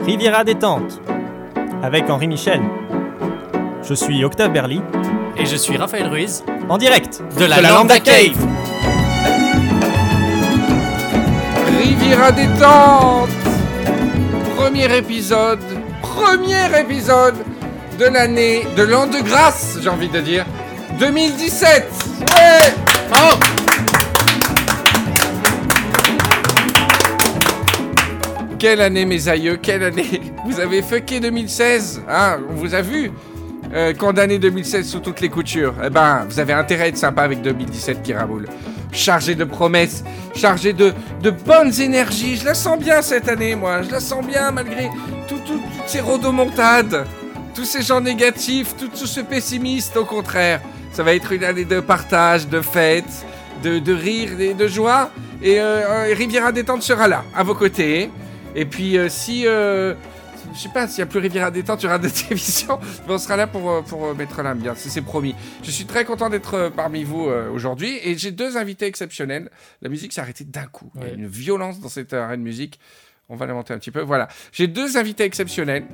Riviera détente avec Henri Michel. Je suis Octave Berly Et je suis Raphaël Ruiz en direct. de la, De la Lambda Lambda Cave. Riviera détente Premier épisode, premier épisode de l'année, de l'an de grâce, j'ai envie de dire, 2017 Ouais Oh Quelle année mes aïeux, quelle année Vous avez fucké 2016, hein, on vous a vu euh, condamné 2016 sous toutes les coutures. Eh ben, vous avez intérêt à être sympa avec 2017 qui raboule. Chargé de promesses, chargé de, de bonnes énergies. Je la sens bien cette année, moi. Je la sens bien malgré tout- tout- toutes ces rodomontades, tous ces gens négatifs, tout, tout ce pessimiste. Au contraire, ça va être une année de partage, de fêtes, de, de rire et de joie. Et euh, euh, Riviera Détente sera là, à vos côtés. Et puis, euh, si. euh, je sais pas, s'il n'y a plus Riviera Détente, il y aura d'autres émissions. Mais on sera là pour, euh, pour euh, mettre l'âme bien, c'est c'est promis. Je suis très content d'être euh, parmi vous euh, aujourd'hui et j'ai deux invités exceptionnels. La musique s'est arrêtée d'un coup. Il y a Ouais. une violence dans cette arrêt de musique. On va l'inventer un petit peu. Voilà. J'ai deux invités exceptionnels.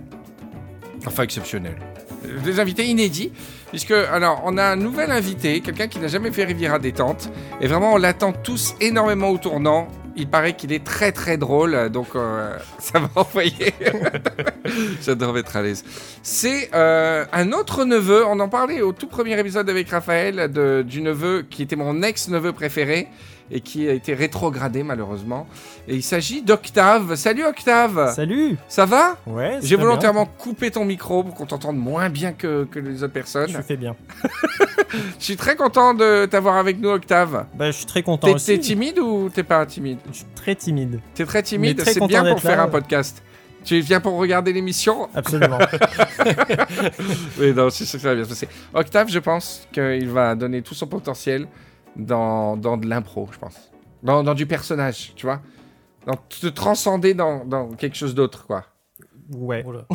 Enfin, exceptionnels. Euh, Deux invités inédits. Puisque, alors, on a un nouvel invité, quelqu'un qui n'a jamais fait Riviera Détente. Et vraiment, on l'attend tous énormément au tournant. Il paraît qu'il est très très drôle, euh, donc euh, ça va envoyer. J'adore mettre à l'aise. C'est euh, un autre neveu, on en parlait au tout premier épisode avec Raphaël, de- du neveu qui était mon ex-neveu préféré et qui a été rétrogradé malheureusement. Et il s'agit d'Octave. Salut Octave Salut. Ça va Ouais. c'est Ah. J'ai très volontairement coupé ton micro pour qu'on t'entende moins bien que, que les autres bien. Je personnes. fais bien. Je suis très content de t'avoir avec nous Octave. Bah, je suis très content T'es aussi. t'es timide ou t'es pas timide Je suis très timide. T'es très timide, Mais très c'est content bien pour d'être là, faire un ouais. podcast. Tu viens pour regarder l'émission Absolument. Oui, non, c'est sûr que ça va bien se passer. Octave, je pense qu'il va donner tout son potentiel dans, dans de l'impro, je pense. Dans, dans du personnage, tu vois. Dans te transcender dans, dans quelque chose d'autre, quoi. ouais. Oula.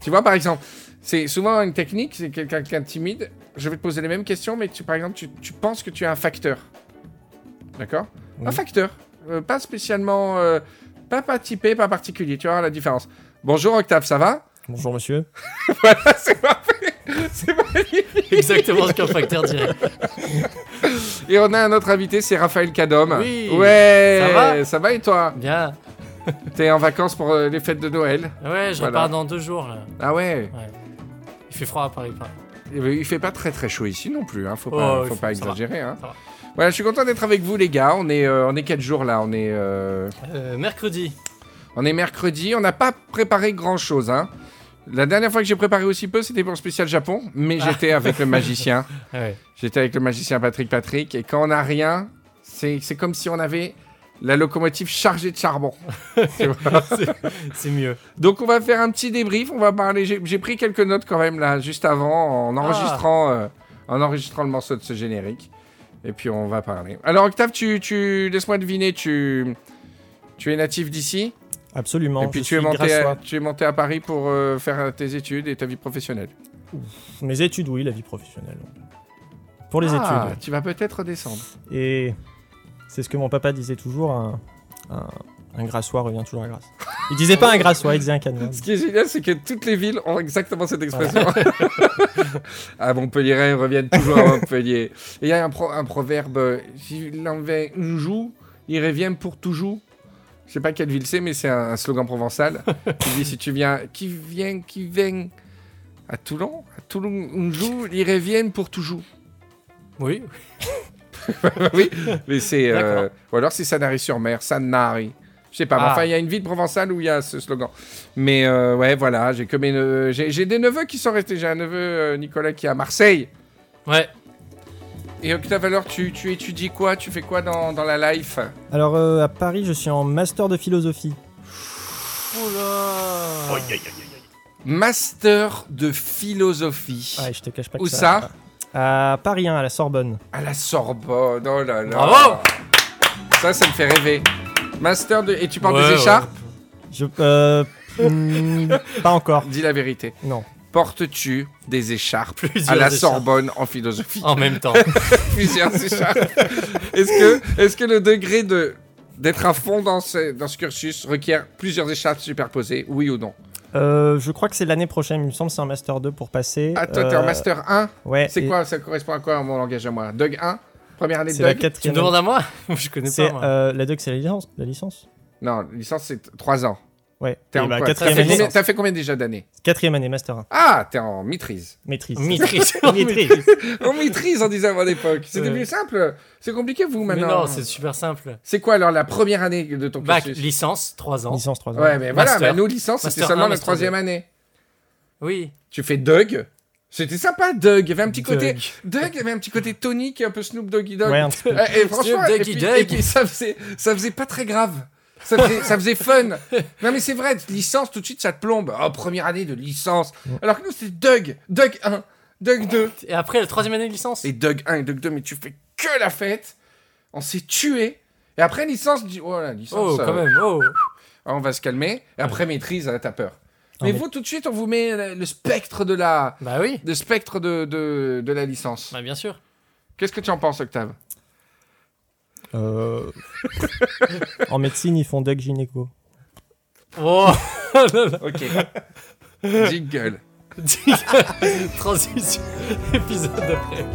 Tu vois, par exemple, c'est souvent une technique, c'est quelqu'un quelqu'un de timide, je vais te poser les mêmes questions, mais tu, par exemple, tu, tu penses que tu es un facteur. D'accord Un Oui. facteur. Euh, pas spécialement... euh, pas, pas typé, pas particulier, tu vois la différence. Bonjour Octave, ça va Bonjour monsieur. Voilà, c'est parfait C'est magnifique Exactement ce qu'un facteur dirait. Et on a un autre invité, c'est Raphaël Cadom. Oui. Ouais. Ça va et toi Bien. T'es en vacances pour euh, les fêtes de Noël. Ouais, je Voilà. repars dans deux jours là. Ah ouais. Ouais. Il fait froid à Paris, pas. Eh ben, Il fait pas très très chaud ici non plus. Hein. Faut Oh, pas, il faut faut- pas ça va. exagérer. Hein. Ça va. Voilà, je suis content d'être avec vous les gars. On est, euh, on est quatre jours là. On est, euh, Euh, mercredi. on est mercredi. On n'a pas préparé grand chose. Hein. La dernière fois que j'ai préparé aussi peu, c'était pour le spécial Japon. Mais Ah. j'étais avec le magicien. Ouais. J'étais avec le magicien Patrick Patrick. Et quand on n'a rien, c'est c'est comme si on avait la locomotive chargée de charbon. Ah, C'est mieux. Donc on va faire un petit débrief, on va parler. J'ai j'ai pris quelques notes quand même là, juste avant, en enregistrant, euh, en enregistrant le morceau de ce générique. Et puis on va parler. Alors Octave, tu, tu laisse-moi deviner, tu, tu es natif d'ici Absolument. et puis je tu es suis monté, à, grassois. tu es monté à Paris pour euh, faire tes études et ta vie professionnelle. Mes études, oui, la vie professionnelle. Pour les Ah, études. tu vas peut-être descendre. Et c'est ce que mon papa disait toujours. Un, un, un grassois revient toujours à Grasse. Il disait pas un grassois, il disait un canois. Ce qui est génial, c'est que toutes les villes ont exactement cette expression. à Montpellier, ils reviennent toujours à Montpellier. Et il y a un, pro- un proverbe euh, si l'envers une joue, il revient pour toujours. Je sais pas quelle ville c'est, mais c'est un, un slogan provençal. qui dit si tu viens, qui vient, qui vient à Toulon, à Toulon, une joue, ils reviennent pour toujours. Oui. oui, mais c'est. euh, D'accord. ou alors c'est Sanary-sur-Mer, Sanary. Je sais pas, mais Ah. enfin, il y a une ville provençale où il y a ce slogan. Mais euh, ouais, voilà, j'ai que mes neveux- J'ai j'ai des neveux qui sont restés. J'ai un neveu, euh, Nicolas, qui est à Marseille. Ouais. Et Octave, alors, tu, tu étudies quoi Tu fais quoi dans, dans la life Alors euh, à Paris, je suis en master de philosophie. Oula. Oh, Master de philosophie. Ouais, je te cache pas que Où ça À Paris 1, à la Sorbonne. À la Sorbonne, oh là là. Bravo Ça, ça me fait rêver. Master de. Et tu portes Ouais, des ouais. écharpes Je euh, hmm, pas encore. Dis la vérité. Non. Portes-tu des écharpes Plusieurs à la écharpes. Sorbonne en philosophie En même temps. plusieurs écharpes. Est-ce que, est que le degré de D'être à fond dans ce, dans ce cursus requiert plusieurs écharpes superposées, oui ou non Euh, je crois que c'est l'année prochaine, il me semble, c'est un Master 2 pour passer. Ah, toi, t'es en Euh, Master 1 Ouais. C'est et quoi Ça correspond à quoi mon langage à moi Doug 1 Première année de C'est la Doug Tu me quatrième. demandes à moi Je connais C'est pas, moi. euh, la doc, c'est la licence. La licence. Non, licence, c'est 3 ans. Ouais. T'es Et en bah, quoi T'as quatrième, fait, année, combien- t'as fait combien déjà d'années quatrième année, master 1. Ah, t'es en maîtrise. Maîtrise. Maîtrise. Maîtrise. en maîtrise, on disait à l'époque. C'était Ouais. plus simple. C'est compliqué, vous, Mais maintenant. non, c'est super simple. C'est quoi, alors, la première année de ton Bac, cursus licence, 3 ans. licence 3 ans. Ouais, mais voilà, Master. mais nous, licence, c'était Master seulement 1, la Master troisième année. Oui. Tu fais Doug. C'était sympa, Doug. Il y avait un petit côté... Doug. Doug, il y avait un petit côté tonique, un peu Snoop Doggy Dogg. Ouais, un petit peu. Euh, Et franchement, Snoop et Doggy puis- Dogg. et puis ça faisait, ça faisait pas très grave. Ça faisait, ça faisait fun. Non mais c'est vrai, licence tout de suite ça te plombe. Oh première année de licence. Alors que nous c'était Doug, Doug 1, Doug 2 Et après, la troisième année de licence et Doug 1 et Doug 2. Mais tu fais que la fête. On s'est tué. Et après licence, tu dis oh la licence. Oh, euh, quand même, oh. ah, on va se calmer. Et après maîtrise, ah, t'as peur. Ah, Mais mais- vous tout de suite on vous met le le spectre de la, Bah oui, le spectre de, de, de la licence. bah bien sûr. Qu'est-ce que tu en penses Octave Euh, en médecine, ils font doc gynéco. Oh là là. Ok. Jingle. Transition, épisode d'après.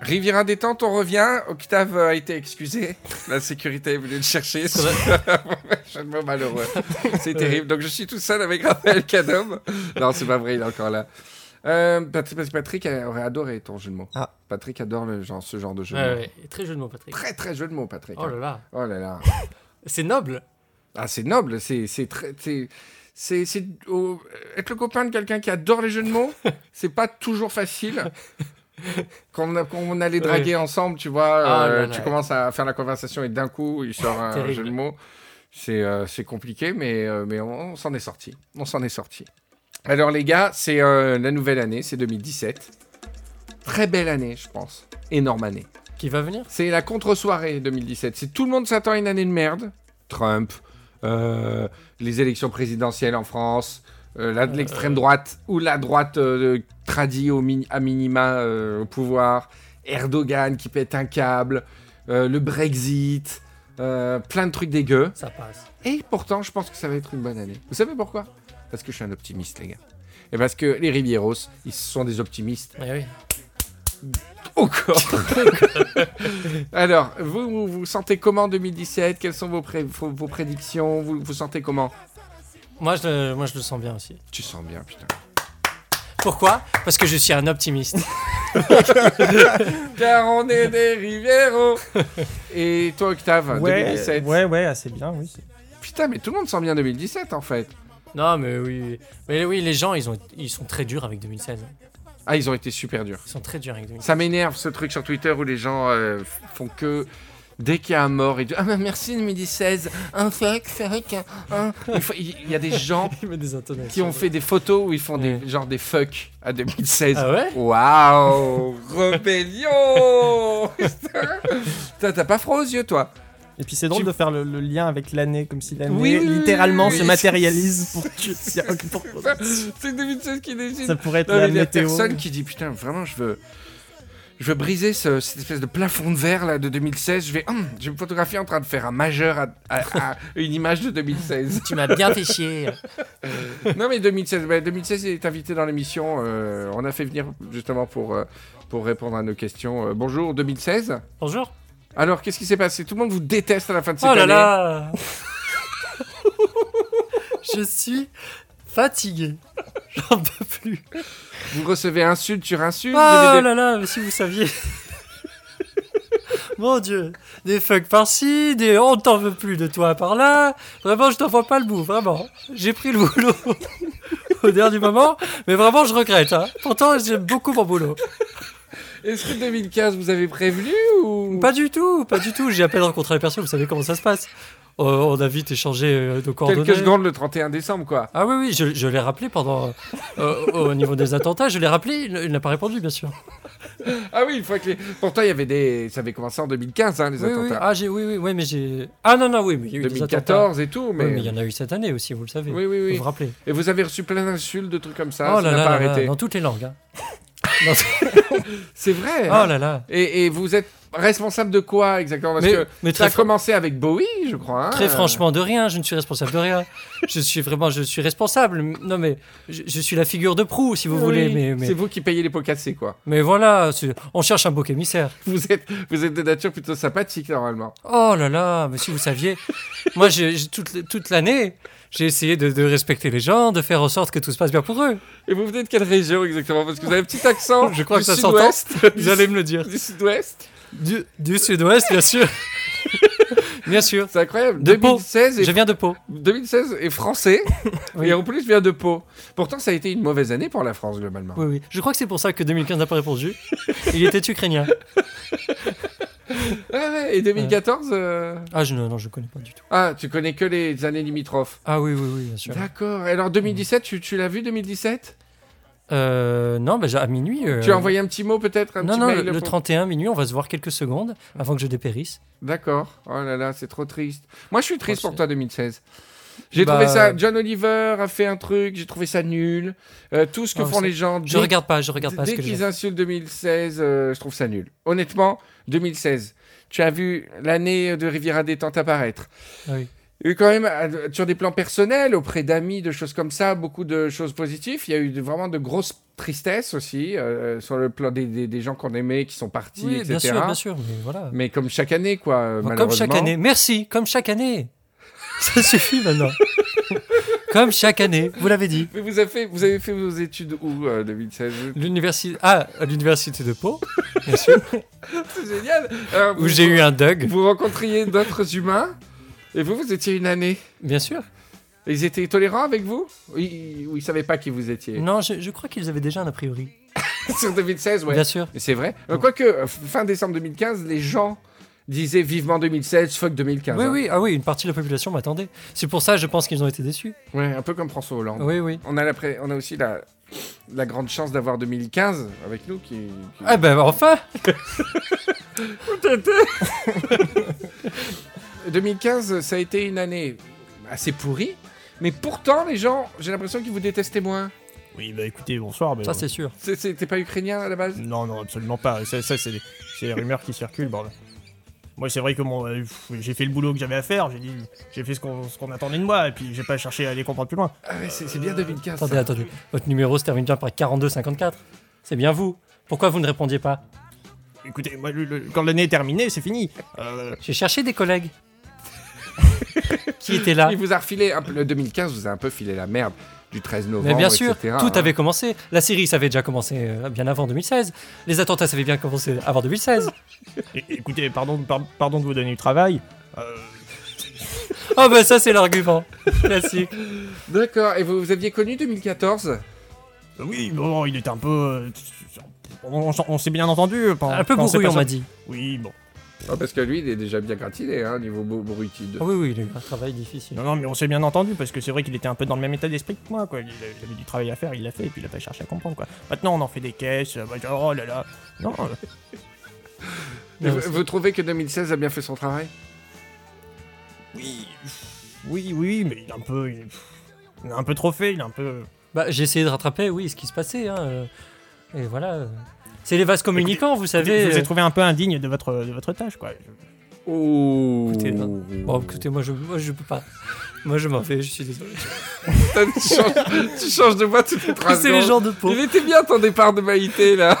Riviera détente, on revient. Octave euh, a été excusé. La sécurité est venue le chercher. C'est vrai. Je suis vraiment malheureux. C'est terrible. Donc je suis tout seul avec Raphaël Cadom. Non, c'est pas vrai, il est encore là. Euh, Patrick, parce que Patrick euh, aurait adoré ton jeu de mots. Ah. Patrick adore le genre, ce genre de jeu. de Ouais, mots. ouais. Très jeu de mots, Patrick. Très très jeu de mots, Patrick. Oh là là. Oh là là. C'est noble. Ah, c'est noble. C'est c'est très. c'est- C'est c'est- oh, être le copain de quelqu'un qui adore les jeux de mots, c'est pas toujours facile. Quand on, a, quand on allait draguer ensemble, tu vois, Ah euh, là là. tu commences à faire la conversation et d'un coup, il sort un Terrible. jeu de mots. C'est euh, c'est compliqué, mais, euh, mais on, on s'en est sorti. On s'en est sorti. Alors les gars, c'est euh, la nouvelle année, c'est 2017. Très belle année, je pense. Énorme année. Qui va venir C'est la contre-soirée 2017. C'est tout le monde s'attend à une année de merde. Trump, euh, les élections présidentielles en France, euh, la- l'extrême droite ou la droite euh, tradie au min- à minima euh, au pouvoir, Erdogan qui pète un câble, euh, le Brexit, euh, plein de trucs dégueux. Ça passe. Et pourtant, je pense que ça va être une bonne année. Vous savez pourquoi Parce que je suis un optimiste, les gars. Et parce que les Rivieros, ils sont des optimistes. Mais oui. Au corps. Alors, vous, vous vous sentez comment en 2017 Quelles sont vos, pré- vos, vos prédictions vous, vous sentez comment Moi je, le- moi, je le sens bien aussi. Tu sens bien, putain. Pourquoi Parce que je suis un optimiste. Car on est des Rivieros Et toi, Octave, Ouais, 2017 ouais, ouais, assez bien, oui. Putain, mais tout le monde sent bien 2017, en fait. non, mais oui. Mais oui, les gens, ils, ont, ils sont très durs avec 2016. Ah, ils ont été super durs. Ils sont très durs avec 2016. Ça m'énerve, ce truc sur Twitter où les gens euh, f- font que... Dès qu'il y a un mort, ils disent Ah, bah merci 2016, un fuck, fuck, un. Il faut- Il y a des gens Ils mettent des intonations. qui ont fait des photos où ils font des, Ouais. genre des fuck à 2016. Ah ouais Waouh Rébellion Putain, Putain, t'as pas froid aux yeux, toi Et puis c'est drôle Tu- de faire le, le lien avec l'année, comme si l'année Oui, oui, oui, littéralement oui. se matérialise pour que pour- C'est 2016 qui décide ça pourrait être Non, mais la il y a météo. personne qui dit, putain, vraiment, je veux... Je veux briser ce- cette espèce de plafond de verre là de 2016. Je vais, hum, je vais me photographier en train de faire un majeur à, à- à une image de 2016. Tu m'as bien fait chier. non mais 2016, bah, 2016 il est invité dans l'émission. euh, on a fait venir justement pour euh, pour répondre à nos questions. Euh, bonjour 2016. Bonjour. Alors qu'est-ce qui s'est passé Tout le monde vous déteste à la fin de cette Oh là année. là Je suis fatigué. J'en peux plus. Vous recevez insulte sur insulte. Oh vous avez des- là là, mais si vous saviez. Mon dieu, des fuck par-ci, des on t'en veut plus de toi par-là. Vraiment, je t'en vois pas le bout, vraiment. J'ai pris le boulot au dernier moment, mais vraiment, je regrette. hein. Pourtant, j'aime beaucoup mon boulot. Est-ce que 2015 vous avez prévenu ou Pas du tout, pas du tout. J'ai à peine rencontré les personnes, vous savez comment ça se passe. Euh, on a vite échangé euh, nos coordonnées. quelques secondes le 31 décembre quoi Ah oui, oui, je, je l'ai rappelé pendant. euh, euh, au niveau des attentats, je l'ai rappelé, il, il n'a pas répondu, bien sûr. Ah oui, une fois que les... Pourtant, il y avait des... Ça avait commencé en 2015, hein, les Oui, oui. attentats. Ah, j'ai, oui, oui, oui, mais j'ai. Ah non, non, oui, mais il y a eu des attentats. 2014 et tout, mais... euh, Oui, mais il y en a eu cette année aussi, vous le savez. Oui, oui, Vous oui. vous rappelez Et vous avez reçu plein d'insultes, de trucs comme ça, Oh là ça n'a là, pas là là, arrêté. dans toutes les langues. hein. Dans- C'est vrai. hein. Oh là là. Et, et vous êtes responsable de quoi exactement Parce Mais, que mais ça très, a commencé avec Bowie, je crois. hein. Très franchement, de rien, je ne suis responsable de rien. je suis vraiment, je suis responsable. Non mais, je, je suis la figure de proue, si vous Oui, voulez. Mais, mais, C'est vous qui payez les pots cassés, quoi. mais voilà, c'est- on cherche un bouc émissaire. Vous êtes, vous êtes de nature plutôt sympathique, normalement. Oh là là, mais si vous saviez, moi, j'ai j'ai- toute, l- toute l'année, j'ai essayé de, de respecter les gens, de faire en sorte que tout se passe bien pour eux. Et vous venez de quelle région exactement Parce que vous avez un petit accent. Je crois du que ça sud-ouest. Vous allez me le dire. Du sud-ouest. Du, du sud-ouest, bien sûr. bien sûr. C'est incroyable. De Pau. 2016 et Je viens de Pau. 2016 est français Oui. et en plus vient de Pau. Pourtant, ça a été une mauvaise année pour la France globalement. Oui, oui. Je crois que c'est pour ça que 2015 n'a pas répondu. Il était ukrainien. Ah ouais, et 2014 euh, Ah, je, non, non, je connais pas du tout. Ah, tu connais que les années limitrophes. Ah oui, oui, oui, bien sûr. D'accord. Et Alors 2017, tu, tu l'as vu 2017 Euh, non, bah, j'ai- à minuit. euh, Tu as envoyé un petit mot peut-être un Non, petit non, le, mail le pour- 31 minuit, on va se voir quelques secondes avant que je dépérisse. D'accord. Oh là là, c'est trop triste. Moi, je suis triste Oh, pour c'est- toi 2016. J'ai Bah, trouvé ça. John Oliver a fait un truc. J'ai trouvé ça nul. Euh, tout ce que Oh, font c'est- les gens. Je dès- regarde pas, je regarde pas ce Dès que j'ai. qu'ils insultent 2016, euh, je trouve ça nul. Honnêtement, 2016, tu as vu l'année de Riviera détente apparaître. Ah oui. Il y a eu quand même, euh, sur des plans personnels, auprès d'amis, de choses comme ça, beaucoup de choses positives. Il y a eu de- vraiment de grosses tristesses aussi, euh, sur le plan des, des- des gens qu'on aimait, qui sont partis, Oui, etc. bien sûr, bien sûr, mais voilà. Mais comme chaque année, quoi, euh, Enfin, comme malheureusement. chaque année. Merci, comme chaque année. Ça suffit maintenant. comme chaque année, vous l'avez dit. Mais vous avez fait, vous avez fait vos études où, euh, 2016 L'université, ah, à l'université de Pau, bien sûr, C'est génial Alors, où vous- j'ai eu un Doug, Vous rencontriez d'autres humains, et vous, vous étiez une année bien sûr. Et Ils étaient tolérants avec vous Ou ils, ou ils savaient pas qui vous étiez Non, je, je crois qu'ils avaient déjà un a priori. Sur 2016, ouais. Bien sûr. Mais C'est vrai. Euh, Quoique, euh, fin décembre 2015, les gens disaient vivement 2016, fuck 2015. Oui, hein. oui, ah oui, une partie de la population m'attendait. C'est pour ça, je pense qu'ils ont été déçus. Ouais, un peu comme François Hollande. Oui, oui. On, a la pré- on a aussi la, la grande chance d'avoir 2015 avec nous qui... qui- Ah ben enfin 2015, ça a été une année assez pourrie, mais pourtant, les gens, j'ai l'impression qu'ils vous détestaient moins. Oui, bah écoutez, bonsoir. Mais Ça, c'est sûr. C'est- C'était pas ukrainien à la base Non, non, absolument pas. Ça, ça, c'est les, c'est les rumeurs qui circulent, bordel. Moi, c'est vrai que mon, euh, pff, j'ai fait le boulot que j'avais à faire. J'ai dit, j'ai fait ce qu'on ce qu'on attendait de moi, et puis j'ai pas cherché à aller comprendre plus loin. Ah ouais, c'est c'est bien Euh, 2015. Attendez, ça. attendez. Votre numéro se termine bien par 4254. C'est bien vous. Pourquoi vous ne répondiez pas Écoutez, moi, le- le- quand l'année est terminée, c'est fini. Euh, J'ai cherché des collègues. qui étaient là. Il vous a refilé, un peu- le 2015 vous a un peu filé la merde du 13 novembre, Mais bien sûr, etc., tout hein. avait commencé. La Syrie, ça avait déjà commencé euh, bien avant 2016. Les attentats, ça avait bien commencé avant 2016. é- écoutez, pardon, par- pardon de vous donner du travail. Euh, Ah bah ça, c'est l'argument classique. D'accord, et vous, vous aviez connu 2014 Euh, oui, Mm. bon, il était un peu. euh, on on s'en- on s'est bien entendu. pen- Un peu pensez bourru, pas on ça- m'a dit. Oui, bon. Ah, Parce que lui, il est déjà bien gratiné, hein, niveau bou- bruitude. Ah oui, oui, il a eu un travail difficile. Non, non, mais on s'est bien entendu parce que c'est vrai qu'il était un peu dans le même état d'esprit que moi, quoi. Il avait il avait du travail à faire, il l'a fait, et puis il a pas cherché à comprendre, quoi. Maintenant, on en fait des caisses, euh, bah, genre, oh là là. Non, euh, Et vous, vous trouvez que 2016 a bien fait son travail oui, oui, oui, mais il est un peu. Il, il est un peu trop fait, il est un peu. Bah, j'ai essayé de rattraper, oui, ce qui se passait. hein, euh, Et voilà. euh. C'est les vases communicants, vous Vous savez. vous euh. êtes trouvé un peu indigne de votre, de votre tâche, quoi. Oh Écoutez, Bon, écoutez, moi je, moi, je peux pas. Moi, je m'en vais, je suis désolé. Putain, tu, changes, tu changes de voix toutes les trois C'est les secondes. gens de peau. Il était bien ton départ de Maïté, là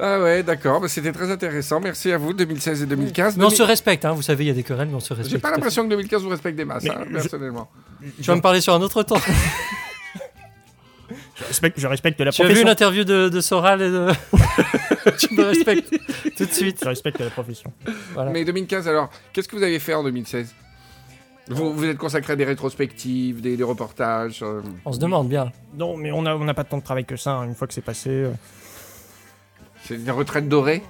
Ah ouais, d'accord, bah, c'était très intéressant. Merci à vous, 2016 et 2015. Mais on Demi- se respecte, hein. vous savez, il y a des querelles, mais on se respecte. J'ai pas l'impression que 2015 vous respecte des masses, Mais hein, je- personnellement. Tu vas me parler sur un autre temps. Je respecte, je respecte la Tu as vu profession. l'interview de, de Soral et de. tu me respectes tout de suite. Je respecte la profession. Voilà. Mais 2015, alors, qu'est-ce que vous avez fait en 2016 vous, vous êtes consacré à des rétrospectives, des, des reportages. euh, On se demande bien. Non, mais on n'a on a pas tant de travail que ça, hein, une fois que c'est passé. euh, C'est une retraite dorée. Est-ce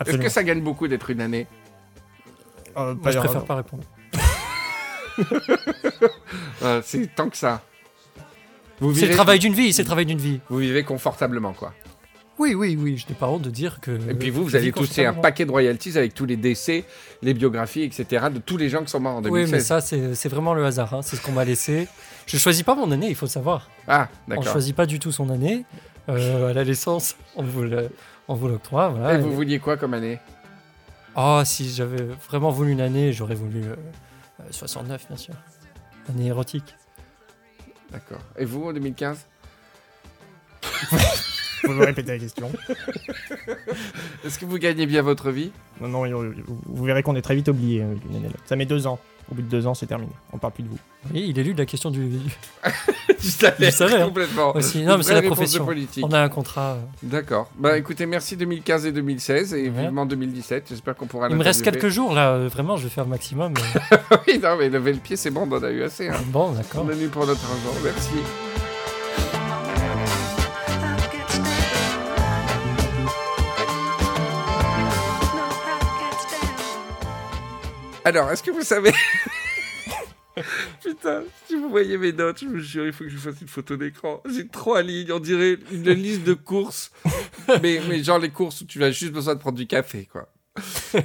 absolument. que ça gagne beaucoup d'être une année Euh, Moi, pas je grave. préfère pas répondre. Euh, C'est tant que ça. Vous C'est vivez, le travail d'une vie, c'est le travail d'une vie. vous vivez confortablement, quoi. Oui, oui, oui, je n'ai pas honte de dire que. Et puis vous, vous je allez vis toucher un confortablement. paquet de royalties avec tous les décès, les biographies, etc. de tous les gens qui sont morts en Oui, 2016. mais ça, c'est c'est vraiment le hasard. hein, C'est ce qu'on m'a laissé. Je choisis pas mon année, il faut savoir. Ah, On d'accord. choisit pas du tout son année. Euh, à la naissance, on vous le- on vous l'octroie. Voilà. Et vous vouliez quoi comme année Oh, si j'avais vraiment voulu une année, j'aurais voulu euh, euh, 69, bien sûr. Année érotique. D'accord. Et vous, en 2015 Vous pouvez répéter la question. Est-ce que vous gagnez bien votre vie Non, non, vous- vous verrez qu'on est très vite oublié. euh, Lionel. Ça met deux ans. Au bout de deux ans, c'est terminé. On parle plus de vous. Oui, il élude la question du. Je l'avais Je savais, hein. complètement. Aussi. Non, mais c'est Vraie la réponse de profession. politique. On a un contrat. euh. D'accord. Bah écoutez, merci 2015 et 2016 et Ouais. vivement 2017. J'espère qu'on pourra Il me reste quelques l'interviewer. jours là, euh, vraiment, je vais faire le maximum. euh. oui, non, mais lever le pied, c'est bon, on en a eu assez. Hein. bon, d'accord. On a eu pour notre argent. Merci. Alors, est-ce que vous savez Putain, si vous voyez mes notes, je vous jure, il faut que je fasse une photo d'écran. J'ai trois lignes, on dirait une liste de courses. mais, mais genre les courses où tu as juste besoin de prendre du café, quoi.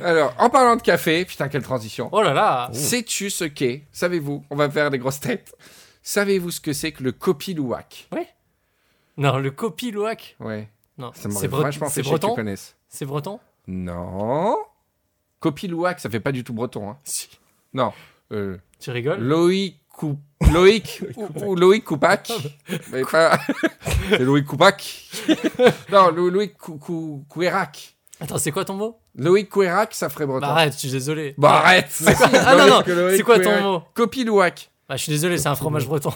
Alors, en parlant de café, putain, quelle transition. Oh là là Sais-tu ce qu'est Savez-vous On va faire des grosses têtes. Savez-vous ce que c'est que le copilouac Non, le copiloac. Ouais. Non, Ça c'est m'aurait bre- vachement c'est fait chier que tu breton. connaisses. C'est breton. Non. Copilouac, ça fait pas du tout breton. Hein. Non. Euh, Tu rigoles Loïc Coup- Loïc ou, ou Loïc Koupac. Mais pas- C'est Loïc Koupac. non, Lo- Loïc Cou- Cou- Couérac. Attends, c'est quoi ton mot Loïc Couérac, ça ferait breton. Bah, Arrête, je suis désolé. Bon, arrête. Ah non, non, Loïc- Loïc c'est quoi ton Couérac. mot Copilouac. Bah, je suis désolé, c'est un fromage breton.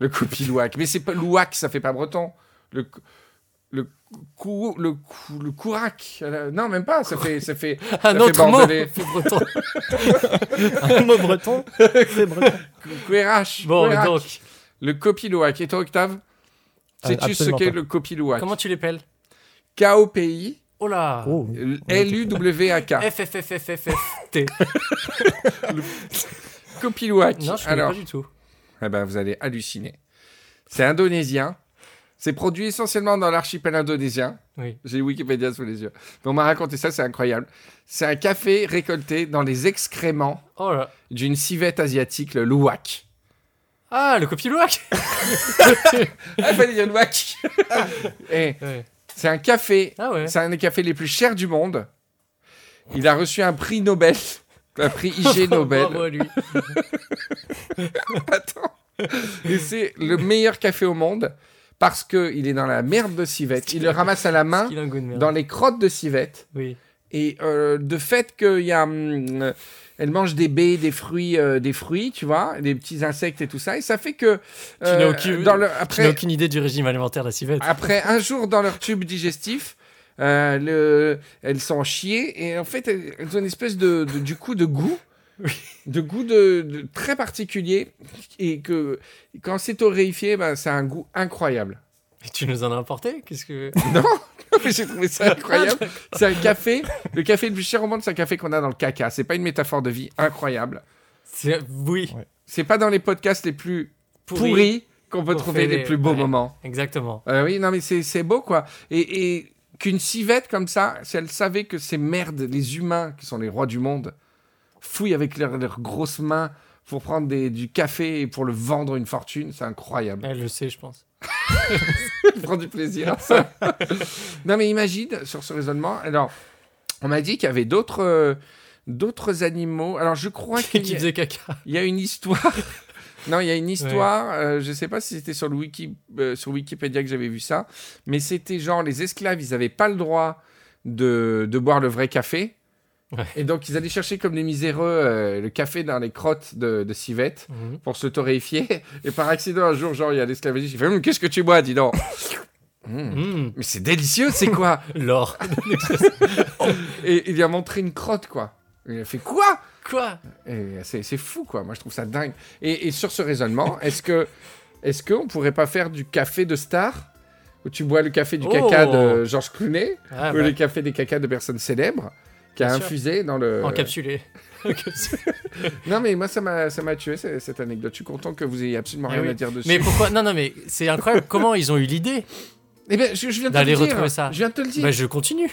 Le copilouac. Mais c'est pas louac, ça fait pas breton. Le cou- le cou, le cou- le courac. Euh, Non, même pas, ça fait ça fait Un fait autre mot bordelais. fait breton. Un mot breton, c'est breton. cou- couérache. Bon, couérac. donc, Ah, Le copilouac. Et toi, Octave Euh, Sais-tu ce absolument qu'est pas. le copilouac comment tu l'appelles K-O-P-I. Oh là Oh, oui. L-U-W-A-K. F, F, F, F, F, F, T. Copilouac. Non, je connais Alors, pas du tout. eh ben, vous allez halluciner. C'est indonésien. C'est produit essentiellement dans l'archipel indonésien. Oui. J'ai Wikipédia sous les yeux. Mais on m'a raconté ça, c'est incroyable. C'est un café récolté dans les excréments Oh là d'une civette asiatique, le louak. Ah, le copiloac Ah, fallait dire louak Eh, Ouais. C'est un café Ah ouais C'est un des cafés les plus chers du monde. Il a reçu un prix Nobel. Un prix IG Oh, Bravo Nobel. à lui. Et c'est le meilleur café au monde parce qu'il est dans la merde de civette. Il le ramasse à la main Il a un goût de merde. dans les crottes de civette. Oui. Et euh, de fait qu'il y a... hum, euh, elle mange des baies, des fruits, euh, des fruits, tu vois, des petits insectes et tout ça. Et ça fait que... euh, n'as aucune- dans le- Tu n'as après, aucune idée du régime alimentaire de la civette. après un jour dans leur tube digestif, euh, le- elles sont chiées et en fait elles, elles ont une espèce de, de- du coup de goût, de goût de, de- très particulier et que quand c'est torréfié, ben, ça a un goût incroyable. Mais tu nous en as importé Qu'est-ce que... J'ai trouvé ça incroyable. C'est un café, le café le plus cher au monde, c'est un café qu'on a dans le caca. C'est pas une métaphore de vie incroyable. C'est... Oui. Ouais. C'est pas dans les podcasts les plus pourris, Pourri. qu'on peut Pour trouver faire les les- plus beaux ouais. moments. Exactement. Euh, oui, non, mais c'est c'est beau, quoi. Et, et qu'une civette comme ça, si elle savait que ces merdes, les humains, qui sont les rois du monde, fouillent avec leurs leurs grosses mains pour prendre des- du café et pour le vendre une fortune, c'est incroyable. Elle le sait, je pense. Elle prend du plaisir. à ça. non, mais imagine, sur ce raisonnement, alors, on m'a dit qu'il y avait d'autres... euh, d'autres animaux. Alors je crois Qui qu'il y, a- faisait caca. il y a une histoire. non, il y a une histoire. euh, je sais pas si c'était sur, le wiki, euh, sur Wikipédia que j'avais vu ça, mais c'était genre les esclaves, ils n'avaient pas le droit de, de boire le vrai café. Ouais. Et donc ils allaient chercher comme des miséreux euh, le café dans les crottes de, de civettes Mhm. pour se torréfier. Et par accident, un jour, genre, il y a l'esclavagiste qui fait Hum, Qu'est-ce que tu bois Dis donc Hum, Mhm. Mais c'est délicieux, c'est quoi L'or. Ah, Et il lui a montré une crotte, quoi. Il a fait Quoi Quoi Et C'est c'est fou, quoi. Moi, je trouve ça dingue. Et, et sur ce raisonnement, est-ce que est-ce qu'on pourrait pas faire du café de star où tu bois le café du Oh. caca de Georges Clooney Ah, ou bah, le café des cacas de personnes célèbres qui a Bien sûr. infusé dans le. Encapsulé. Encapsulé. Non, mais moi, ça m'a ça m'a tué ce- cette anecdote. Je suis content que vous ayez absolument Eh rien oui. à dire dessus. mais pourquoi Non, non, mais c'est incroyable. Comment ils ont eu l'idée Eh ben, je, je viens de te D'aller le dire. retrouver ça. Je viens de te le dire. Bah, je continue.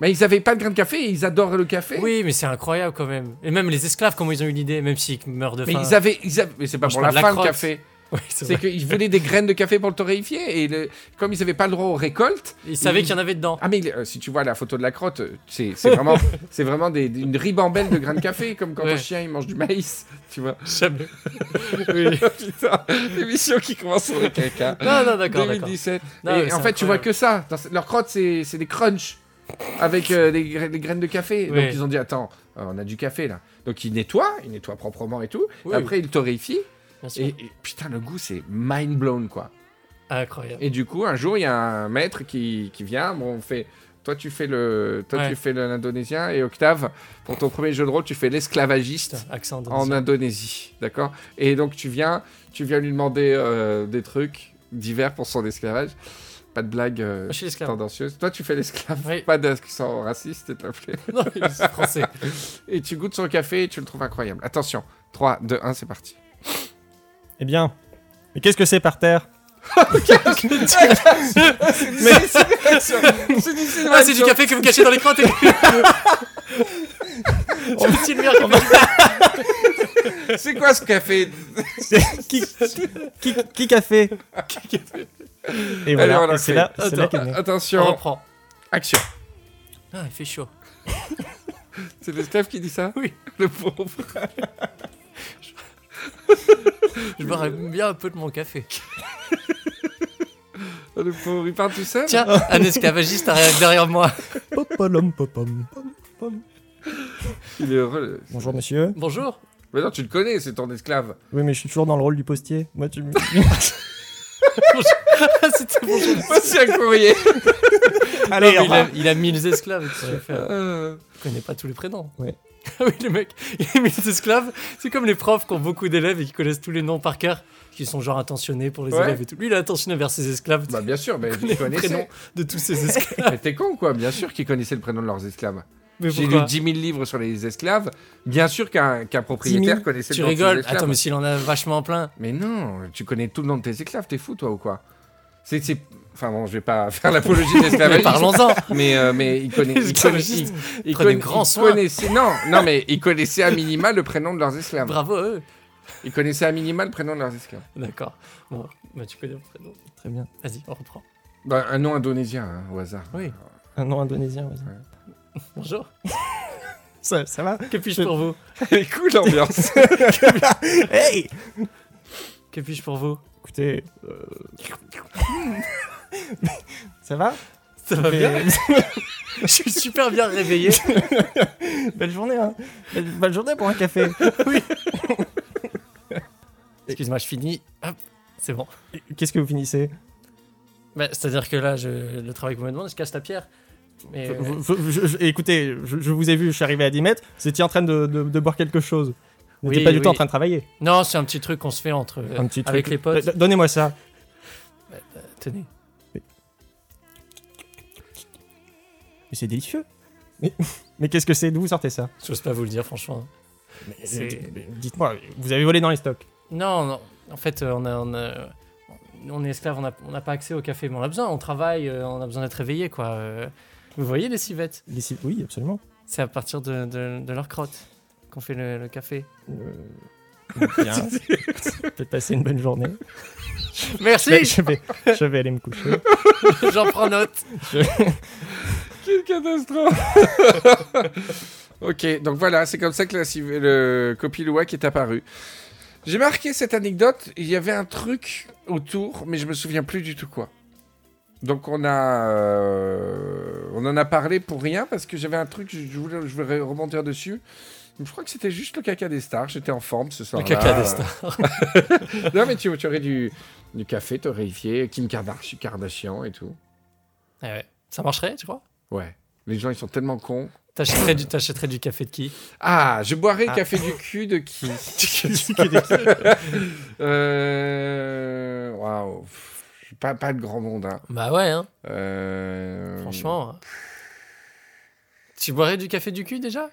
Mais ils avaient pas de grain de café et ils adorent le café. Oui, mais c'est incroyable quand même. Et même les esclaves, comment ils ont eu l'idée, même s'ils meurent de Mais faim. ils avaient. Ils avaient... Mais c'est pas Mange pour pas la, de la fin, le crotte. café. Oui, c'est C'est vrai. qu'ils voulaient des graines de café pour le torréfier. Et le- comme ils avaient pas le droit aux récoltes. Ils savaient ils- qu'il y en avait dedans. Ah mais euh, si tu vois la photo de la crotte, euh, c'est c'est vraiment, c'est vraiment des- des- une ribambelle de grains de café, comme quand Ouais. un chien il mange du maïs, tu vois. Ah, Jamais. oui. Putain, l'émission qui commence sur le caca. Non, non, d'accord, d'accord. 2017. Non, Et mais c'est en fait, tu vois incroyable. que ça. Dans ce- leur crotte, c'est c'est des crunchs avec euh, des, gra- des graines de café. Oui. Donc ils ont dit attends, euh, on a du café là. Donc ils nettoient, ils nettoient proprement et tout. Oui. Après ils le torréfient. Bien sûr. Ah, Et, et putain, le goût c'est mind blown quoi. Incroyable. Et du coup, un jour, il y a un maître qui, qui vient. Bon, on fait. Toi, tu fais le, toi, Ouais. tu fais le- l'indonésien et Octave, pour ton premier jeu de rôle, tu fais l'esclavagiste Putain, accent en indonésien. Indonésie, d'accord Et donc, tu viens, tu viens lui demander euh, des trucs divers pour son esclavage. Pas de blague euh, Moi, Ah, Je suis esclave. tendancieuse. Toi, tu fais l'esclave. Oui. Pas d'accent raciste, s'il te plaît. Non, je suis français. Et tu goûtes son café et tu le trouves incroyable. Attention, 3, 2, 1, c'est parti. Eh bien. Mais qu'est-ce que c'est par terre Ah, c'est du café que vous cachez dans les crottes. et- C'est le petit lumière qui passe. C'est quoi ce café qui, qui, qui café Et voilà, voilà, et c'est là, c'est- c'est là qu'est né. On Attention, reprend. action. Ah, il fait chaud. C'est l'esclave qui dit ça Oui. Le pauvre. Je boirais bien un peu de mon café. Ah, Le pauvre, il part tout seul Tiens, un esclavagiste arrive derrière moi. Popolom, popom, pom, pom. Il est heureux. Bonjour monsieur. Bonjour. Mais non, tu le connais, c'est ton esclave. Oui, mais je suis toujours dans le rôle du postier. Moi, tu me- Ah, C'était bonjour. Moi, c'est un courrier. Allez, au Non, mais il, a, revoir. il a mis les esclaves. qu'est-ce que tu veux faire Euh, Je connais pas tous les prénoms. Ouais. Ah oui, les mecs, les mille esclaves, c'est comme les profs qui ont beaucoup d'élèves et qui connaissent tous les noms par cœur, qui sont genre intentionnés pour les Ouais. élèves et tout. Lui, il est intentionné vers ses esclaves. Bah, bien sûr, mais Il tu connaît le prénom connaissais. de tous ses esclaves. Mais t'es con, quoi. Bien sûr qu'ils connaissaient le prénom de leurs esclaves. Mais J'ai lu pourquoi 10 000 livres sur les esclaves. Bien sûr qu'un qu'un 10 propriétaire 000. connaissait Tu le nom de ses rigoles esclaves. Attends, mais s'il en a vachement plein. mais... non, tu connais tout le nom de tes esclaves. T'es fou, toi, ou quoi C'est... c'est- Enfin bon, je vais pas faire l'apologie de Mais l'esclavagisme. parlons-en Mais, euh, mais il connaît, il connaît, Esclavagiste. il Prenez conna- grand il soin. connaissait- non, non, mais ils connaissaient à minima le prénom de leurs esclaves. Bravo à eux Ils connaissaient à minima le prénom de leurs esclaves. D'accord. Bon, bah tu connais le prénom. Très bien. Vas-y, on reprend. Bah, un nom indonésien, hein, au hasard. Oui. Un nom indonésien, vas-y. Bonjour. Ça, ça va Que puis-je pour vous Elle est cool l'ambiance. Hey Que puis-je pour vous Écoutez. euh, ça va Ça va Mais- bien Je suis super bien réveillé. Belle journée, hein Belle, belle journée pour un café. Excuse-moi, je finis. Hop, c'est bon. Qu'est-ce que vous finissez Bah, C'est-à-dire que là, je- le travail qu'on me demande, je casse la pierre. Mais, euh, Vous- vous- je- je- Écoutez, je, je vous ai vu, je suis arrivé à 10 mètres, vous étiez en train de, de- de boire quelque chose. Vous n'étiez Oui, pas du oui. tout en train de travailler. euh, Non, c'est un petit truc qu'on se fait entre euh, Un petit truc. avec les potes. D- Donnez-moi ça. Tenez. Mais c'est délicieux. Mais, mais qu'est-ce que c'est D'où vous sortez ça J'ose pas vous le dire, franchement. C'est- Mais Dites-moi, vous avez volé dans les stocks. Non, non. En fait, euh, on, a, on, a- on est esclave, on n'a on n'a pas accès au café, mais on a besoin. On travaille, euh, on a besoin d'être réveillé, quoi. euh. Vous voyez les civettes Les civ- Oui, absolument. C'est à partir de, de, de leur crotte qu'on fait le, le café. Euh, bien. Peut-être passer une bonne journée. Je vais, Merci je vais- je vais aller me coucher. J'en prends note. Quelle catastrophe. ok, donc voilà, c'est comme ça que la civ- le copiloua qui est apparu. J'ai marqué cette anecdote, il y avait un truc autour, mais je me souviens plus du tout quoi. Donc on a, euh, on en a parlé pour rien parce que j'avais un truc, je je voulais, je voulais rebondir dessus. Je crois que c'était juste le caca des stars. J'étais en forme ce soir. Le caca des stars. non mais tu, tu aurais du, du café, t'aurais réifié Kim Kardashian- Kardashian et tout. Ah ouais. Ça marcherait, tu crois Ouais. Les gens ils sont tellement cons. T'achèterais du, t'achèterais du café de qui Ah, je boirais Ah. café du cul de qui Euh. Waouh. Pff, Pas, pas de grand monde. Hein. Bah ouais, hein. Euh, Franchement, Tu boirais du café du cul déjà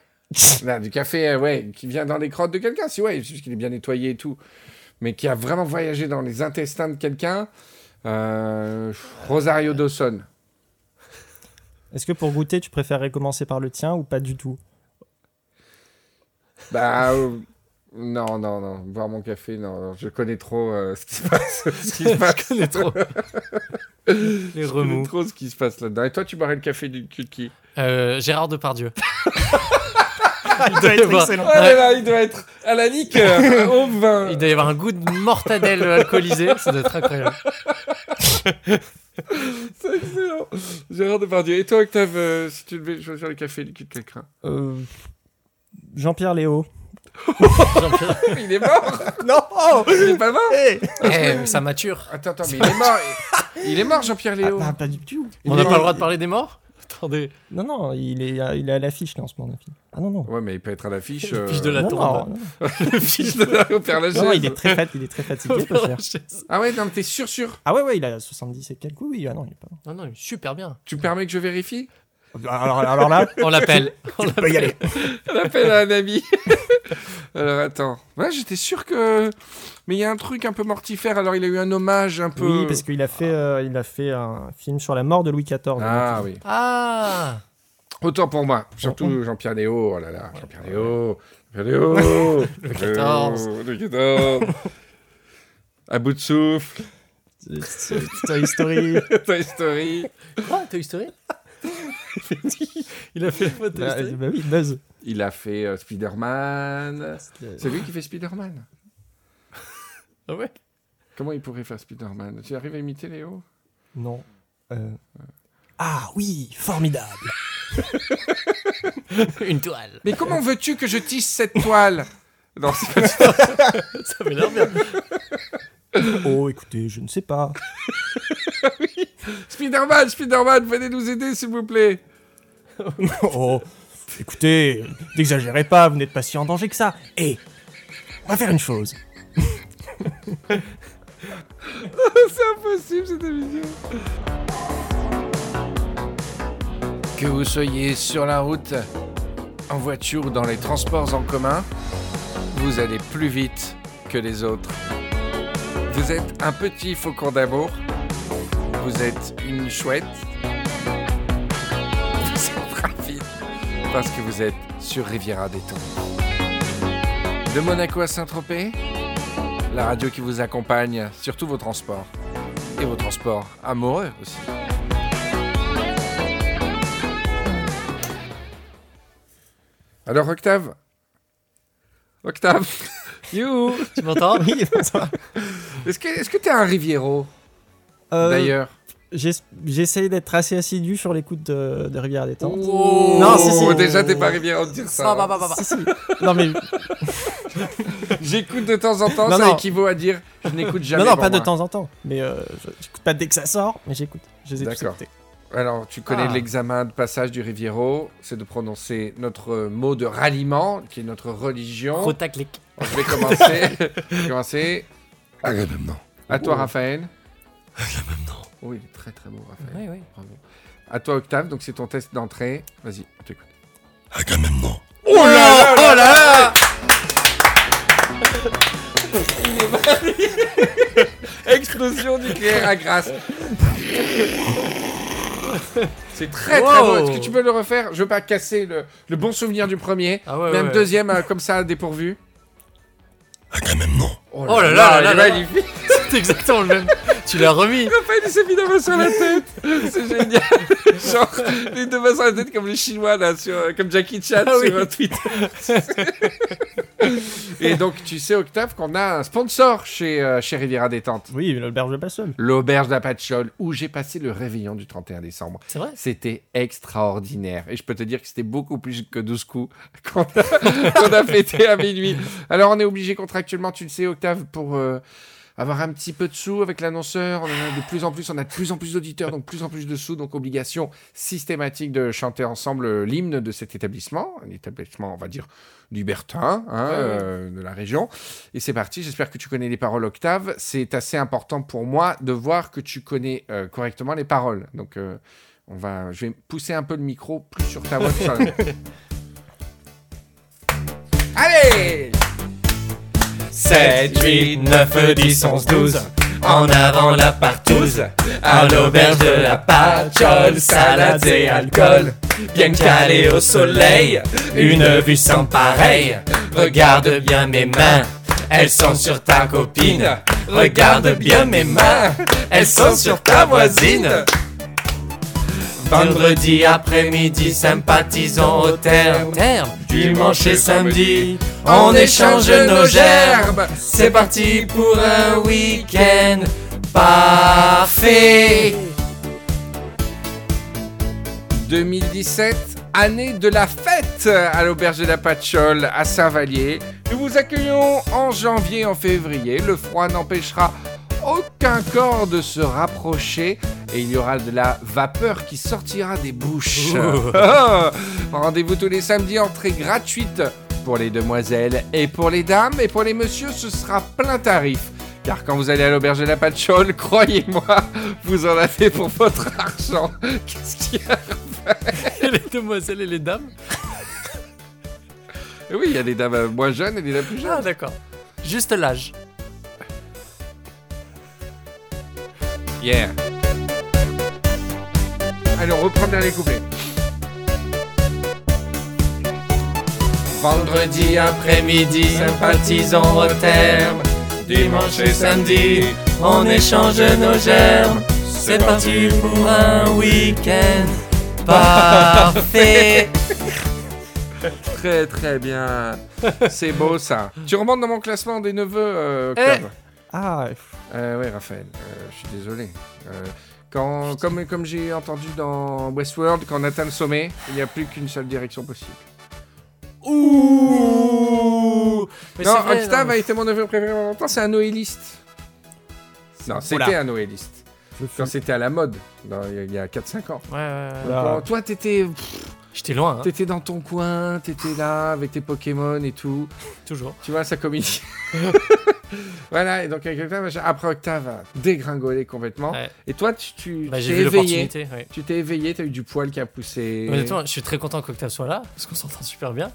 Là, du café, euh, ouais, qui vient dans les crottes de quelqu'un, si, ouais, juste qu'il est bien nettoyé et tout, mais qui a vraiment voyagé dans les intestins de quelqu'un. euh, Rosario Dawson. Est-ce que pour goûter, tu préférerais commencer par le tien ou pas du tout Bah, euh, non, non, non, boire mon café, non, non, je connais trop euh, ce qui se passe. ce qui se passe. Je connais trop. Les Je connais remous. trop ce qui se passe là-dedans. Et toi, tu boirais le café du cul de qui Euh, Gérard Depardieu. Il doit être excellent. Ah là là, il doit être à la liqueur, au vin. Il doit y avoir un goût de mortadelle alcoolisée. Ça doit être incroyable. C'est excellent. Gérard Depardieu. Et toi, Octave, euh, si tu devais choisir le café du cul de quelqu'un Euh, Jean-Pierre Léo. Jean-Pierre. Il est mort Non Il est pas mort Eh, ça mature. Attends, attends, mais il est mort Il est mort, Jean-Pierre Léo bah, Pas du tout. Il On est n'a pas mort. le droit de parler des morts Attendez. Non, non, il est, à- il est à l'affiche là en ce moment. Daphne. Ah non, non. Ouais, mais il peut être à l'affiche. Le euh, fiche de la non, tombe. non, non. Le fiche de bah. la- au Père Lachaise. Non, non, il est très fatigué, il est très fatigué, pas cher. Ah ouais, non, mais t'es sûr, sûr Ah ouais, ouais, il a 70 et quelques oui, ah non, il est pas. Non, non, super bien. Tu permets que je vérifie Alors, alors là, On l'appelle. On on peut y aller. On appelle à un ami. alors attends. Ouais, j'étais sûr que. Mais il y a un truc un peu mortifère, alors il a eu un hommage un peu. Oui, parce qu'il a fait, euh, il a fait un film sur la mort de Louis XIV. Ah oui. Ah Autant pour moi. Surtout Jean-Pierre Léo. Oh là là. Jean-Pierre Léo. Jean-Pierre Léo. le 14. Le 14. À bout de souffle. C'est- C'est c'est historique. Toy Story. Quoi Toy Story Il a fait la voix de Toy bah, Story. bah oui, Buzz. Il a fait euh, Spider-Man. C'est lui qui fait Spider-Man. Ah ouais Comment il pourrait faire Spider-Man Tu arrives à imiter Léo Non. Euh, Ah oui, formidable. Une toile. Mais comment veux-tu que je tisse cette toile Non, c'est pas Ça fait l'air bien. Oh, écoutez, je ne sais pas. Spider-Man, Spider-Man, venez nous aider, s'il vous plaît. Oh, écoutez, n'exagérez pas, vous n'êtes pas si en danger que ça. Et on va faire une chose. C'est impossible, cette émission. Que vous soyez sur la route, en voiture ou dans les transports en commun, vous allez plus vite que les autres. Vous êtes un petit faucon d'amour. Vous êtes une chouette. Vous êtes rapide parce que vous êtes sur Riviera des Temps. De Monaco à Saint-Tropez, la radio qui vous accompagne sur tous vos transports. Et vos transports amoureux aussi. Alors Octave Octave You Tu m'entends Oui, ça va. Est-ce que est-ce que t'es un riviero Euh, d'ailleurs j'ess- J'essaie d'être assez assidu sur l'écoute de, de Rivière des Temps. Oh, Non, si, si. déjà t'es pas riviero de dire ça. hein. Bah, bah, bah, bah, bah. Si, si. Non, mais, J'écoute de temps en temps, Non, ça non. équivaut à dire je n'écoute jamais. non, non pour pas de moi. temps en temps. Mais euh, je- j'écoute pas dès que ça sort, mais j'écoute. Je les ai tous D'accord. écoutés. Alors, tu connais Ah. l'examen de passage du Riviero, c'est de prononcer notre euh, mot de ralliement, qui est notre religion. Rotaclic. Je vais commencer. Je vais commencer. Ah, Agamemnon. À toi, Raphaël. Agamemnon. Oui, il est très très beau, Raphaël. Ouais, ouais. Bravo. À toi, Octave, donc c'est ton test d'entrée. Vas-y, on t'écoute. Agamemnon. Oh là là là Explosion nucléaire à Grasse. C'est très très Wow. beau. Est-ce que tu peux le refaire Je veux pas casser le, le bon souvenir du premier. Ah ouais, Même ouais. deuxième, euh, comme ça, dépourvu. Agamemnon. Oh là là là il là là. est magnifique. C'est exactement le même. Tu l'as remis. Raphaël, il s'est mis la main sur la tête. C'est génial. Genre, les deux mains sur la tête comme les Chinois, là, sur, euh, comme Jackie Chan Ah sur oui. euh, Twitter. Et donc, tu sais, Octave, qu'on a un sponsor chez, euh, chez Riviera Détente. Oui, l'auberge de Bassol. L'auberge d'Apachol, où j'ai passé le réveillon du 31 décembre. C'est vrai C'était extraordinaire. Et je peux te dire que c'était beaucoup plus que 12 coups qu'on a, qu'on a fêté à minuit. Alors, on est obligé contractuellement, tu le sais, Octave, pour euh, avoir un petit peu de sous avec l'annonceur. On en a de plus en plus, on a de plus en plus d'auditeurs, donc plus en plus de sous. Donc, obligation systématique de chanter ensemble euh, l'hymne de cet établissement. Un établissement, on va dire, libertin, hein, euh, de la région. Et c'est parti, j'espère que tu connais les paroles, Octave. C'est assez important pour moi de voir que tu connais euh, correctement les paroles. Donc, euh, On va, je vais pousser un peu le micro plus sur ta voix. que sur la mienne. Allez 7, 8, 9, 10, 11, 12. En avant la partouze, à l'auberge de la patchole, salades et alcool. Bien calé au soleil, une vue sans pareil. Regarde bien mes mains, elles sont sur ta copine. Regarde bien mes mains, elles sont sur ta voisine. Vendredi après-midi, sympathisons au terme. Terme. Dimanche et samedi, on échange nos gerbes. C'est parti pour un week-end parfait. 2017, année de la fête à l'auberge de la Patchole à Saint-Vallier. Nous vous accueillons en janvier et en février. Le froid n'empêchera aucun corps de se rapprocher et il y aura de la vapeur qui sortira des bouches. Ah Rendez-vous tous les samedis, entrée gratuite pour les demoiselles et pour les dames et pour les messieurs, ce sera plein tarif. Car quand vous allez à l'auberge de la Patchole, croyez-moi, vous en avez pour votre argent. Qu'est-ce qu'il y a les demoiselles et les dames. Oui, il y a des dames euh, moins jeunes et des dames plus jeunes. Ah, d'accord. Juste l'âge. Yeah. Allez, on reprend le dernier couplet. Vendredi après-midi, sympathisons au terme. Dimanche et samedi, on échange nos germes. C'est parti pour un week-end parfait. Très très bien. C'est beau ça. Tu remontes dans mon classement des neveux, euh, Eh. Club. Ah, Euh, ouais, Raphaël, euh, je suis désolé. Euh, quand, comme comme j'ai entendu dans Westworld, quand on atteint le sommet, il n'y a plus qu'une seule direction possible. Ouh Mais non, c'est vrai, Octave non. a été mon neveu préféré pendant longtemps, c'est un noéliste. Non, c'était Oula. un noéliste. je Quand c'était à la mode, dans- il y a- il y a 4-5 ans. Ouais, ouais, ouais. Oula. Quand- toi, t'étais J'étais loin, hein, T'étais dans ton coin, t'étais là avec tes Pokémon et tout. toujours. Tu vois, ça communique. voilà, et donc avec Octave, machin. après Octave a dégringolé complètement. Ouais. Et toi, tu tu- Bah, tu j'ai vu t'es éveillé. l'opportunité. ouais. Tu t'es éveillé, t'as eu du poil qui a poussé. Honnêtement, je suis très content qu'Octave soit là, parce qu'on s'entend super bien.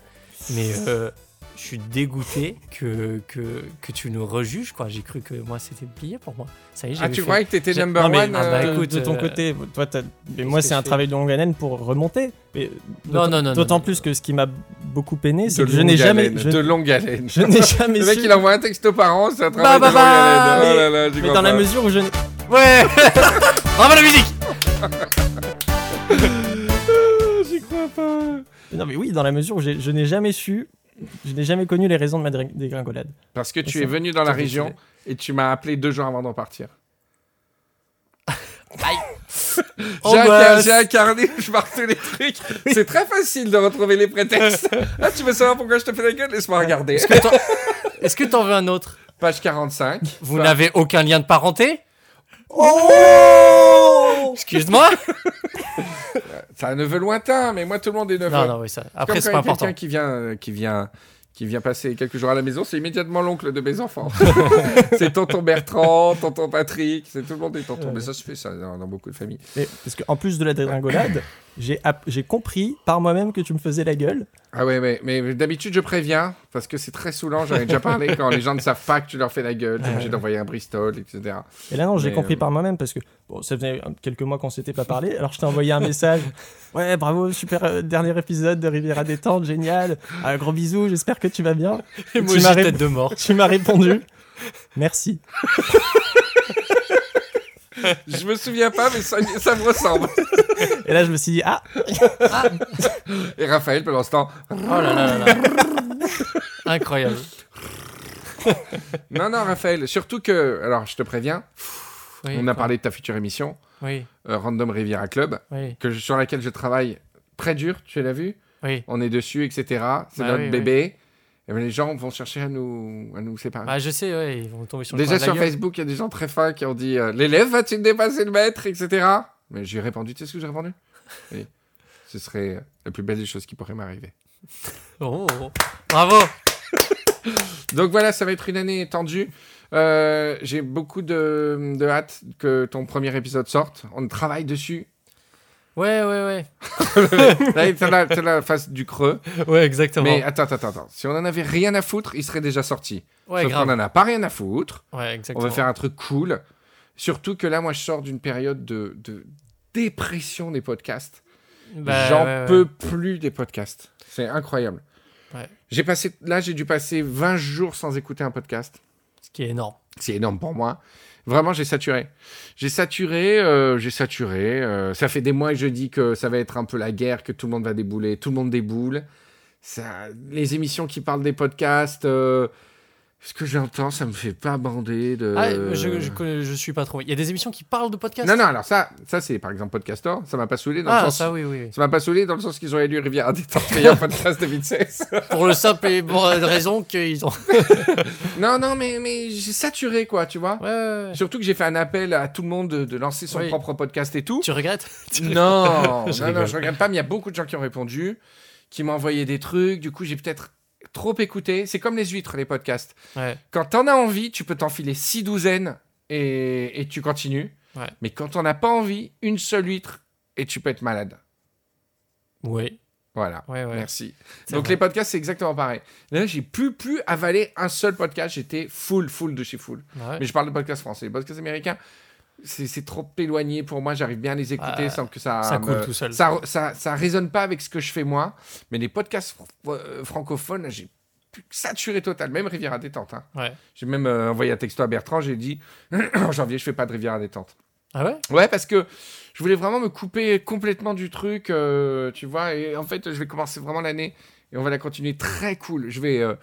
Mais euh, je suis dégoûté que, que, que tu nous rejuges, quoi. J'ai cru que moi, c'était plié pour moi. Ça y est, j'ai ah, tu croyais que t'étais j'ai- number non, mais- one ah, bah, euh, de, écoute, de ton euh, côté, toi, t'as- mais moi, que c'est un je fais travail de longue haleine pour remonter. Mais, euh, Non, d'autant- non, non, non, D'autant non. plus que ce qui m'a beaucoup peiné, c'est de que je longue n'ai jamais, haleine, je, De longue haleine. je n'ai jamais Le mec, su. il envoie un texto par an, c'est un travail bah, de longue bah, haleine. Oh mais- là là, j'y Mais crois dans la pas. mesure où je n'ai- Ouais Bravo la musique Ah, J'y crois pas. non mais oui, dans la mesure où j'ai- je n'ai jamais su, je n'ai jamais connu les raisons de ma dégring- dégringolade. Parce que tu Ça, es venu dans la ça, c'est- région et tu m'as appelé deux jours avant d'en partir. Oh, J'ai incar- Angoisse. j'ai incarné, je marque tous les trucs. C'est très facile de retrouver les prétextes. Ah, tu veux savoir pourquoi je te fais la gueule Laisse-moi regarder. Est-ce que t'en- Est-ce que t'en veux un autre Page 45. Vous Bah. n'avez aucun lien de parenté Oh Excuse-moi C'est un neveu lointain, mais moi, tout le monde est neveu. Non, non, oui, ça. Comme Après, c'est quand pas il y a important. quelqu'un qui vient, euh, qui, vient, qui vient passer quelques jours à la maison, c'est immédiatement l'oncle de mes enfants. c'est tonton Bertrand, tonton Patrick, c'est tout le monde est tonton. Mais ça se fait, ça, dans, dans beaucoup de familles. Mais- parce que en plus de la dégringolade, j'ai app- j'ai compris par moi-même que tu me faisais la gueule. Ah ouais, ouais, mais d'habitude, je préviens, parce que c'est très saoulant. J'en ai déjà parlé quand les gens ne savent pas que tu leur fais la gueule. T'es obligé d'envoyer un Bristol, etc. Et là non, j'ai Mais, compris euh, par moi-même parce que bon, ça faisait un- quelques mois qu'on s'était pas parlé. Alors je t'ai envoyé un message. Ouais, bravo, super euh, dernier épisode de Riviera détente, génial. Un gros bisou, j'espère que tu vas bien. Et moi, Tu m'as j'ai ré- tête de mort. Tu m'as répondu. Merci. Je me souviens pas, mais ça, ça me ressemble. Et là je me suis dit ah, Et Raphaël, pendant ce temps, Oh là là là là. Incroyable. non, non, Raphaël, surtout que, alors je te préviens, Oui, on a quoi. parlé de ta future émission, Oui, euh, Random Riviera Club, oui, que je- sur laquelle je travaille très dur, tu l'as vu, oui. on est dessus, etc. C'est Bah notre oui, oui. bébé. Et ben, les gens vont chercher à nous, à nous séparer. Bah, je sais, ouais, ils vont tomber sur le coin Déjà de la sur gueule. Facebook, il y a des gens très fins qui ont dit euh, L'élève va-t-il dépasser le maître etc. Mais j'ai répondu, tu sais ce que j'ai répondu Oui. Ce serait la plus belle des choses qui pourrait m'arriver. Oh, oh, oh. Bravo Donc voilà, ça va être une année tendue. Euh, J'ai beaucoup de, de hâte que ton premier épisode sorte. On travaille dessus. Ouais, ouais, Là, t'as la, t'as la face du creux. ouais. Ouais, exactement. Mais attends, attends, attends, attends. Si on en avait rien à foutre, il serait déjà sorti. ouais, Sauf qu'on grave. en a pas rien à foutre. Ouais, exactement. On va faire un truc cool. Surtout que là, moi, je sors d'une période de, de dépression des podcasts. Bah, ouais, J'en ouais. peux plus des podcasts. C'est incroyable. Ouais. J'ai passé, là, j'ai dû passer 20 jours sans écouter un podcast. Ce qui est énorme. C'est énorme pour moi. Vraiment, j'ai saturé. J'ai saturé, euh, j'ai saturé. euh, ça fait des mois que je dis que ça va être un peu la guerre, que tout le monde va débouler, tout le monde déboule. Ça, les émissions qui parlent des podcasts, euh, ce que j'entends, ça me fait pas bander de. Ah, je, je, connais- je suis pas trop. Il y a des émissions qui parlent de podcasts. Euh. Non, non, alors ça, ça c'est par exemple Podcastor, ça m'a pas saoulé dans le Ah, sens. ça oui, oui. Ça m'a pas saoulé dans le sens qu'ils ont élu Rivière à détente meilleur podcast de 2016. Pour le simple et bonne raison qu'ils ont. non, non, mais, mais j'ai saturé, quoi, tu vois. Ouais, ouais, ouais. Surtout que j'ai fait un appel à tout le monde de, de lancer son Oui. propre podcast et tout. Tu regrettes Non, Je non, non, rigole. je regarde pas, mais il y a beaucoup de gens qui ont répondu, qui m'ont envoyé des trucs. Du coup, j'ai peut-être trop écouté. C'est comme les huîtres, les podcasts. Ouais. Quand t'en as envie, tu peux t'enfiler six douzaines et, et tu continues. Ouais. Mais quand on n'a pas envie, une seule huître et tu peux être malade. Oui. Voilà. Ouais, ouais. Merci. C'est Donc vrai. les podcasts, c'est exactement pareil. Là, j'ai plus plus avaler un seul podcast. J'étais full, full de chez full. Bah Ouais. Mais je parle de podcasts français. Les podcasts américains, c'est c'est trop éloigné pour moi. J'arrive bien à les écouter Ah, sans que ça. ça coule me- tout seul. Ça, ça, ça résonne pas avec ce que je fais moi. Mais les podcasts fr- euh, francophones, là, j'ai pu- saturé total. Même Rivière à détente. hein. Ouais. J'ai même euh, envoyé un texto à Bertrand. J'ai dit en janvier, je fais pas de Rivière à détente. Ah ouais Ouais, parce que je voulais vraiment me couper complètement du truc, euh, tu vois. Et en fait, je vais commencer vraiment l'année et on va la continuer très cool. Je vais, euh,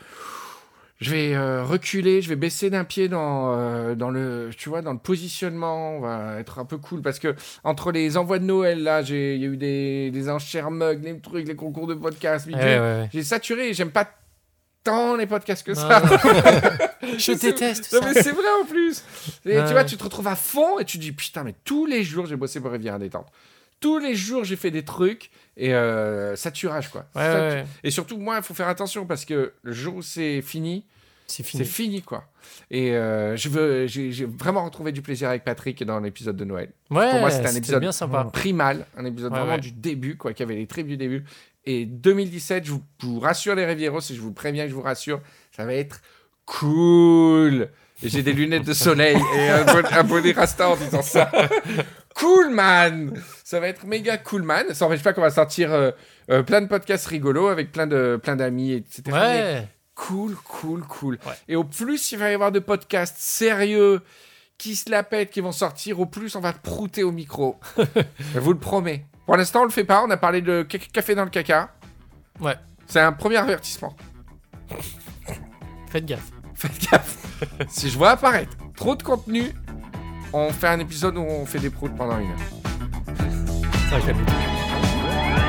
je vais euh, reculer, je vais baisser d'un pied dans, euh, dans le, tu vois, dans le positionnement. On va être un peu cool parce que entre les envois de Noël là, j'ai, il y a eu des, des enchères mugs, les trucs, les concours de podcasts, Ouais, bidule. Eh ouais, ouais. J'ai saturé. J'aime pas tant les podcasts que Non, ça. non. Je déteste Non ça. mais c'est vrai en plus. Et Ah Ouais. tu vois, tu te retrouves à fond et tu te dis putain mais tous les jours j'ai bossé pour Rivière à détente. Tous les jours j'ai fait des trucs et euh, saturage quoi. Ouais, Satu- ouais, ouais. Et surtout moi il faut faire attention parce que le jour où c'est fini, C'est c'est fini. fini quoi. Et euh, je veux, j'ai j'ai vraiment retrouvé du plaisir avec Patrick dans l'épisode de Noël. Ouais, moi, c'était un épisode- bien sympa. Primal, un épisode Ouais, vraiment ouais. du début quoi, qui avait les tripes du début. Et 2017, je vous, je vous rassure les Rivieros, et je vous préviens, je vous rassure, ça va être cool. Et J'ai des lunettes de soleil et un, bon, un bonnet rasta en disant ça. Cool man, ça va être méga cool man. Ça n'empêche pas qu'on va sortir euh, euh, plein de podcasts rigolos avec plein de plein d'amis etc. Mais Ouais. Cool, cool, cool. Ouais. Et au plus il va y avoir de podcasts sérieux qui se la pètent, qui vont sortir, au plus on va prouter au micro. Je vous le promets. Pour l'instant on le fait pas. On a parlé de ca- café dans le caca. Ouais. C'est un premier avertissement. Faites gaffe. Faites gaffe. si je vois apparaître trop de contenu, on fait un épisode où on fait des proutes pendant une heure. Ça, je l'avais dit.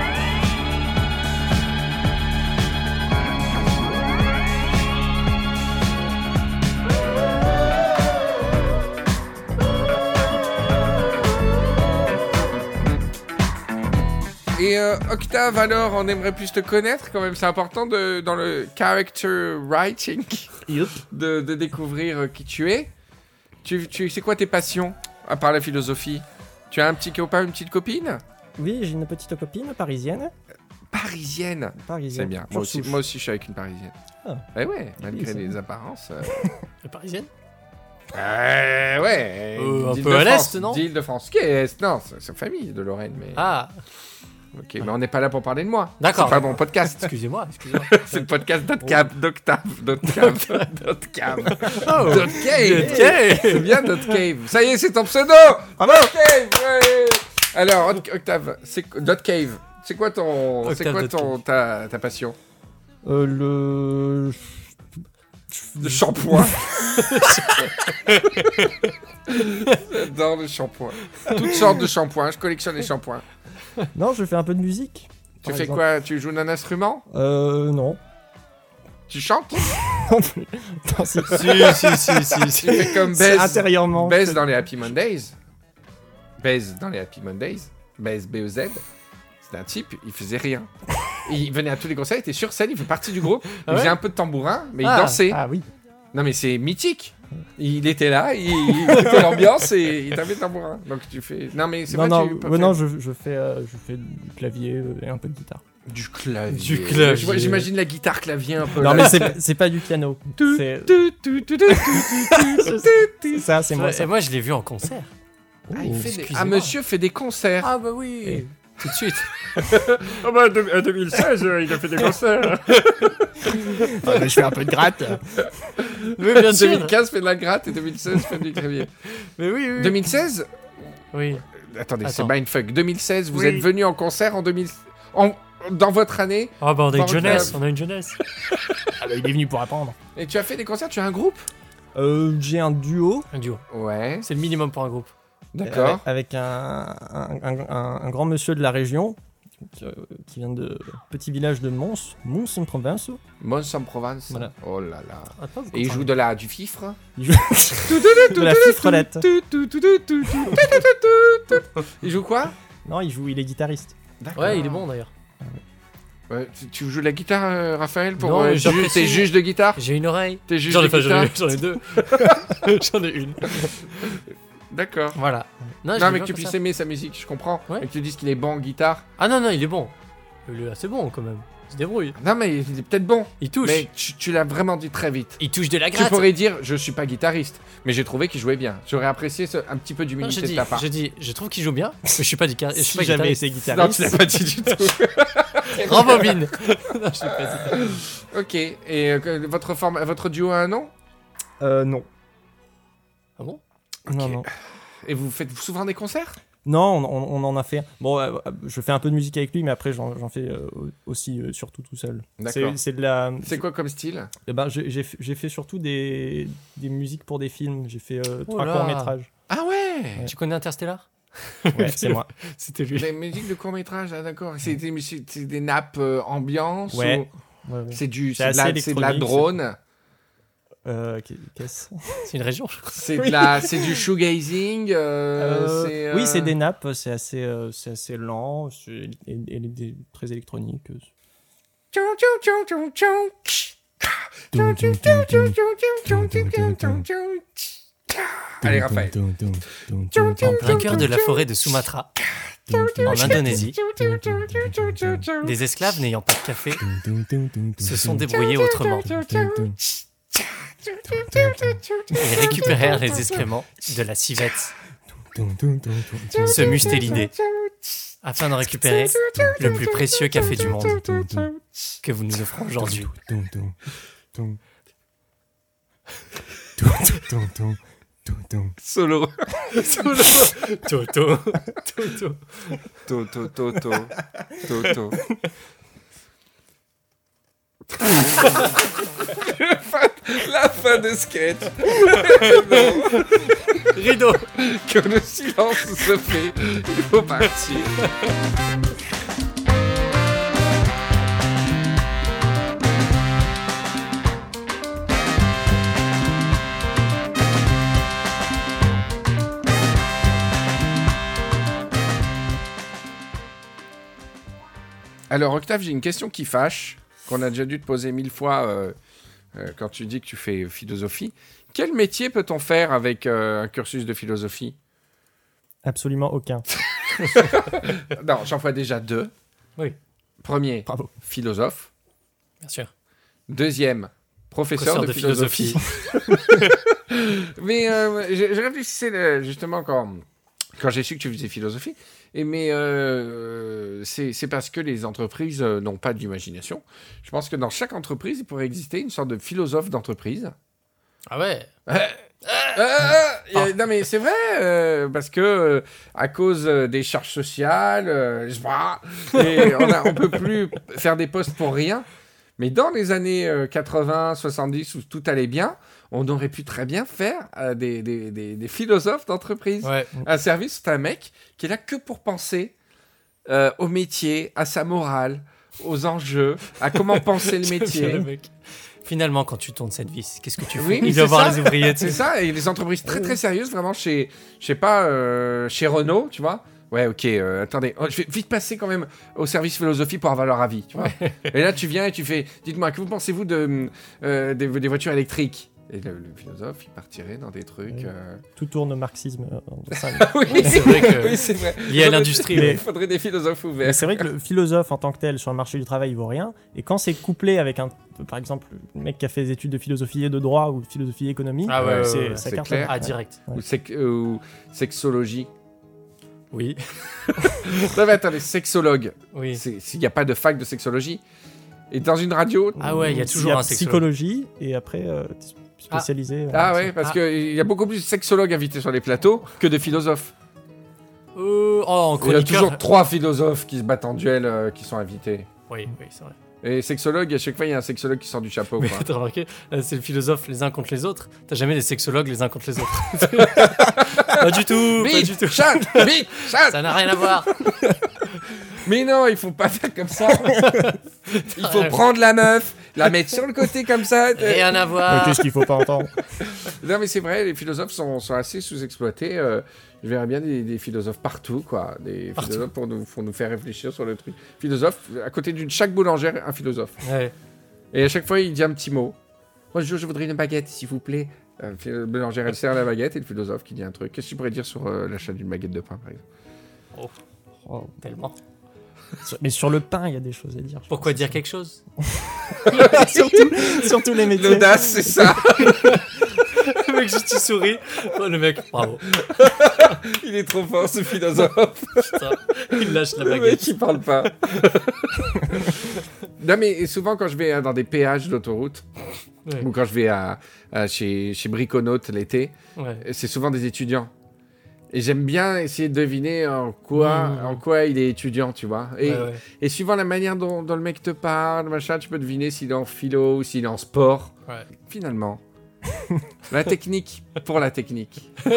Et euh, Octave, alors, on aimerait plus te connaître quand même. C'est important de, dans le character writing de, de découvrir euh, qui tu es. Tu, tu, c'est quoi tes passions, à part la philosophie Tu as un petit copain, une petite copine Oui, j'ai une petite copine parisienne. Parisienne Parisienne. C'est bien. Moi Pure aussi, souche. moi aussi, je suis avec une parisienne. Ah. Eh ouais, malgré c'est les bien. apparences. euh, La parisienne Euh, ouais. Euh, un d'Île peu de à France, l'Est, non D'Île-de-France. Qui est Est Non, c'est c'est famille de Lorraine, mais. Ah, ok, mais on n'est pas là pour parler de moi. D'accord. C'est pas mon podcast. excusez-moi, excusez-moi. c'est le podcast d'Otcam, d'Octave, d'Otcam, d'Otcam, Oh, d'Otcave. C'est bien d'Otcave. Ça y est, c'est ton pseudo Ah Bravo Dotcave, ouais Alors, Oct- Octave, c'est qu- d'Otcave. C'est quoi ton, c'est Octave quoi ton, ta, ta passion Euh, le. Le shampoing. J'adore le shampoing. Toutes sortes de shampoings. Je collectionne les shampoings. Non, je fais un peu de musique. Tu par fais exemple. quoi Tu joues d'un instrument Euh, non. Tu chantes Non, c'est- si, si, si, si, Tu si. fais comme c'est Baze. intérieurement. Baze dans les Happy Mondays. Baze dans les Happy Mondays. Baze B-E-Z. C'est un type, il faisait rien. Il venait à tous les concerts, il était sur scène, il fait partie du groupe. Il Ah ouais faisait un peu de tambourin, mais Ah. il dansait. Ah oui. Non mais c'est mythique. Il était là, il, il écoutait l'ambiance et il tapait le tambourin. Donc tu fais. Non, mais c'est Non, vrai, non, tu peux ouais, faire non, je, je fais, euh, je fais du clavier euh, et un peu de guitare. Du clavier. Du clavier. Je vois- J'imagine la guitare clavier un peu. Non, là. mais c'est- c'est pas du piano. Tu- C'est- tu- tu- tu- tu- tu- Ça, c'est moi. Ouais, Ça. et moi, je l'ai vu en concert. Oh, Ah, il fait des- excusez-moi. ah, monsieur fait des concerts. Ah bah oui Tout de suite. Ah bah, en 2016, euh, il a fait des concerts. Ah, je fais un peu de gratte. Oui, bien sûr. 2015 fait de la gratte et 2016 fait du clavier. Mais oui, oui. 2016 Oui. Attendez, c'est Attends. Mindfuck. 2016, vous Oui. êtes venu en concert en 2000. en- Dans votre année, Ah bah on a Par une jeunesse, exemple. on a une jeunesse. Ah bah, il est venu pour apprendre. et tu as fait des concerts, tu as un groupe Euh, J'ai un duo Un duo. Ouais, C'est le minimum pour un groupe. d'accord. avec, avec un, un- un- un- un grand monsieur de la région qui, euh, qui vient de petit village de Mons, Mons en province. Mons en Provence. Voilà. Oh là là. Ah, pas beaucoup, Et il ça. joue de la du fifre. Il joue de la fifrelette. Il joue quoi Non, il joue, il est guitariste. D'accord. Ouais, il est bon d'ailleurs. Ouais, tu, tu joues de la guitare, euh, Raphaël pour, Non, euh, mais ju- j'apprécie. T'es juge de guitare J'ai une oreille. T'es juge J'en de ai, pas- j'en guitare ai- j'en ai deux. j'en ai une. D'accord. Voilà. je non, l'ai mais vu que tu en puisses concert. aimer sa musique, je comprends. Ouais. Et que tu dises qu'il est bon en guitare. Ah non, non, il est bon. Il est assez bon quand même. Il se débrouille. Non, mais il est peut-être bon. Il touche. Mais tu, tu l'as vraiment dit très vite. Il touche de la Tu gratte. pourrais dire, je suis pas guitariste, mais j'ai trouvé qu'il jouait bien. J'aurais apprécié ce- un petit peu Non, je d'humilité de dis, ta part. je dis, je trouve qu'il joue bien. mais je suis pas du car- je suis Si pas j'avais guitariste. été Non, tu guitariste, l'as pas dit du tout. Rembobine. non, je sais pas. ok, et euh, que- votre, forme, votre duo a un nom euh, non. Ah bon Non, Ok. non. Et vous faites souvent des concerts Non, on, on- on en a fait. Bon, euh, je fais un peu de musique avec lui, mais après j'en j'en fais euh, aussi euh, surtout tout seul. D'accord. C'est c'est de la. C'est quoi comme style Eh ben, j'ai j'ai fait j'ai fait surtout des, des musiques pour des films. J'ai fait euh, Oh trois là. courts métrages. Ah ouais Tu connais Interstellar Ouais, c'est moi. C'était lui. Des musiques de court-métrage, ah, d'accord. C'est des, musiques- c'est des nappes euh, ambiance Ouais. ou- Ouais, ouais. C'est du, C'est c'est de la, assez c'est de la électronique, drone, Euh, qu'est- qu'est-ce C'est une région, je crois. c'est de la, c'est du shoegazing. euh, Euh, c'est, euh, Oui, c'est des nappes, c'est assez, euh, c'est assez lent c'est- et, et des- très électronique. Tchou, tchou, tchou, tchou, tchou. Tchou, tchou, tchou, tchou, tchou, tchou, tchou, tchou, tchou, tchou, tchou. Allez, Raphaël. Plein cœur de la forêt de Sumatra, en Indonésie, des esclaves n'ayant pas de café se sont débrouillés autrement. Ils récupérèrent les excréments de la civette, se musent et l'idée, afin d'en récupérer le plus précieux café du monde que vous nous offrons aujourd'hui. Solo. Toto, Toto. To, to, to, to. To, to. Le fin- La fin de sketch. Rideau. que le silence se fait, il faut partir. Alors Octave, j'ai une question qui fâche, qu'on a déjà dû te poser mille fois euh, euh, quand tu dis que tu fais philosophie. Quel métier peut-on faire avec euh, un cursus de philosophie Absolument aucun. Non, j'emploie déjà deux. Oui. Premier, Bravo. philosophe. Bien sûr. Deuxième, professeur, Professeur de, de philosophie. mais euh, je, je réfléchissais euh, justement quand, quand j'ai su que tu faisais philosophie. Et mais euh, c'est c'est parce que les entreprises euh, n'ont pas d'imagination. Je pense que dans chaque entreprise, il pourrait exister une sorte de philosophe d'entreprise. Ah ouais. Ah, ah, ah, y a- Non mais c'est vrai euh, parce que euh, à cause euh, des charges sociales, euh, je- bah, et on, a- on peut plus faire des postes pour rien. Mais dans les années euh, 80, 70 où tout allait bien, on aurait pu très bien faire euh, des, des- des- des philosophes d'entreprise. Ouais. Un service, c'est un mec qui est là que pour penser euh, au métier, à sa morale, aux enjeux, à comment penser le métier. Finalement, quand tu tournes cette vis, qu'est-ce que tu fais Oui, mais Il doit c'est voir ça. les ouvriers. tu C'est sais. ça, et les entreprises très très sérieuses, vraiment chez, je sais pas, euh, chez Renault, tu vois. Ouais, ok, euh, attendez, oh, je vais vite passer quand même au service philosophie pour avoir leur avis, tu vois. et là, tu viens et tu fais, dites-moi, que vous pensez-vous de, euh, des, des voitures électriques Et le, le philosophe, il partirait dans des trucs. Oui. euh, Tout tourne au marxisme. euh, en cinq. oui, c'est vrai que- oui, c'est vrai. Lié à l'industrie, Il ouais. faudrait des philosophes ouverts. Mais c'est vrai que le philosophe en tant que tel sur le marché du travail il vaut rien. Et quand c'est couplé avec un, par exemple, le mec qui a fait des études de philosophie et de droit ou de philosophie et économie, Ah ouais, ouais, c'est ouais, ouais, ça euh, c'est cartonne. clair. Ah, direct. Ou, sec- euh, ou sexologie. Oui. Non, mais attendez, sexologue. Oui. C'est- S'il n'y a pas de fac de sexologie. Et dans une radio. Ah ouais, il y a toujours un sexologue. psychologie et après euh, t'es spécialisé. Ah euh, ouais, parce Ah. qu'il y a beaucoup plus de sexologues invités sur les plateaux que de philosophes. Euh, oh, en Il y a chroniqueur. toujours trois philosophes qui se battent en duel euh, qui sont invités. Oui, oui, c'est vrai. Et sexologue, à chaque fois, il y a un sexologue qui sort du chapeau. Mais quoi. t'as remarqué, euh, c'est le philosophe les uns contre les autres. T'as jamais des sexologues les uns contre les autres. pas du tout, pas du Vite, tout. chat, vite, chat. Ça n'a rien à voir. Mais non, il faut pas faire comme ça. il faut Ouais. prendre la meuf, la mettre sur le côté comme ça. Rien à Ah. euh, voir. Qu'est-ce qu'il faut pas entendre Non, mais c'est vrai, les philosophes sont, sont assez sous-exploités. euh, je verrais bien des, des philosophes partout, quoi. Des Partout. philosophes pour nous, pour nous faire réfléchir sur le truc. Philosophe, à côté d'une chaque boulangère, un philosophe. Ouais. Et à chaque fois, il dit un petit mot. Bonjour, je voudrais une baguette, s'il vous plaît. Euh, le boulangère, elle sert la baguette et le philosophe qui dit un truc. Qu'est-ce que tu pourrais dire sur euh, l'achat d'une baguette de pain, par exemple Oh. Tellement. Sur- Mais sur le pain, il y a des choses à dire. Pourquoi dire quelque chose surtout, surtout les métiers. L'audace, c'est ça Le mec juste il sourit. Oh, le mec, bravo. Il est trop fort, ce philosophe Putain, il lâche la Le mec, baguette. il parle pas Non, mais souvent, quand je vais euh, dans des péages d'autoroute, Ouais, ou quand je vais à, à chez, chez Briconaute l'été, ouais. c'est souvent des étudiants. Et j'aime bien essayer de deviner en quoi, Mmh. en quoi il est étudiant, tu vois. Et, Ouais, ouais, et suivant la manière dont, dont le mec te parle, machin, tu peux deviner s'il est en philo ou s'il est en sport. ouais. Finalement, la technique pour la technique.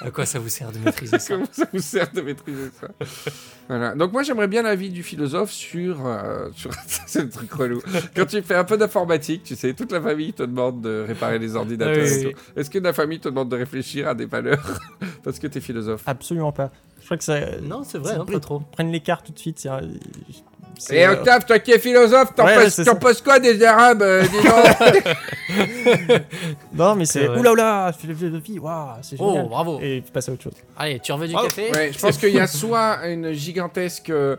À quoi ça vous sert de maîtriser ça Comment ça vous sert de maîtriser ça Voilà. Donc moi, j'aimerais bien l'avis du philosophe sur... euh, sur... C'est le truc relou. Quand tu fais un peu d'informatique, tu sais, toute la famille te demande de réparer les ordinateurs. Ah oui, et oui. tout. Est-ce que la famille te demande de réfléchir à des valeurs Parce que t'es philosophe. Absolument pas. Je crois que ça. Non, c'est vrai, C'est un peu trop. Prennent l'écart tout de suite. c'est un- c'est, Et euh, Octave, toi qui es philosophe, t'en Ouais, ouais, penses, c'est t'en ça. penses quoi des arabes euh, dis donc Non, mais C'est c'est. vrai. Oula oula, philosophie, waouh, c'est Oh, génial. bravo. Et passer à autre chose. Allez, tu reveux du Bravo. café Ouais, Je pense qu'il y a soit une gigantesque... euh,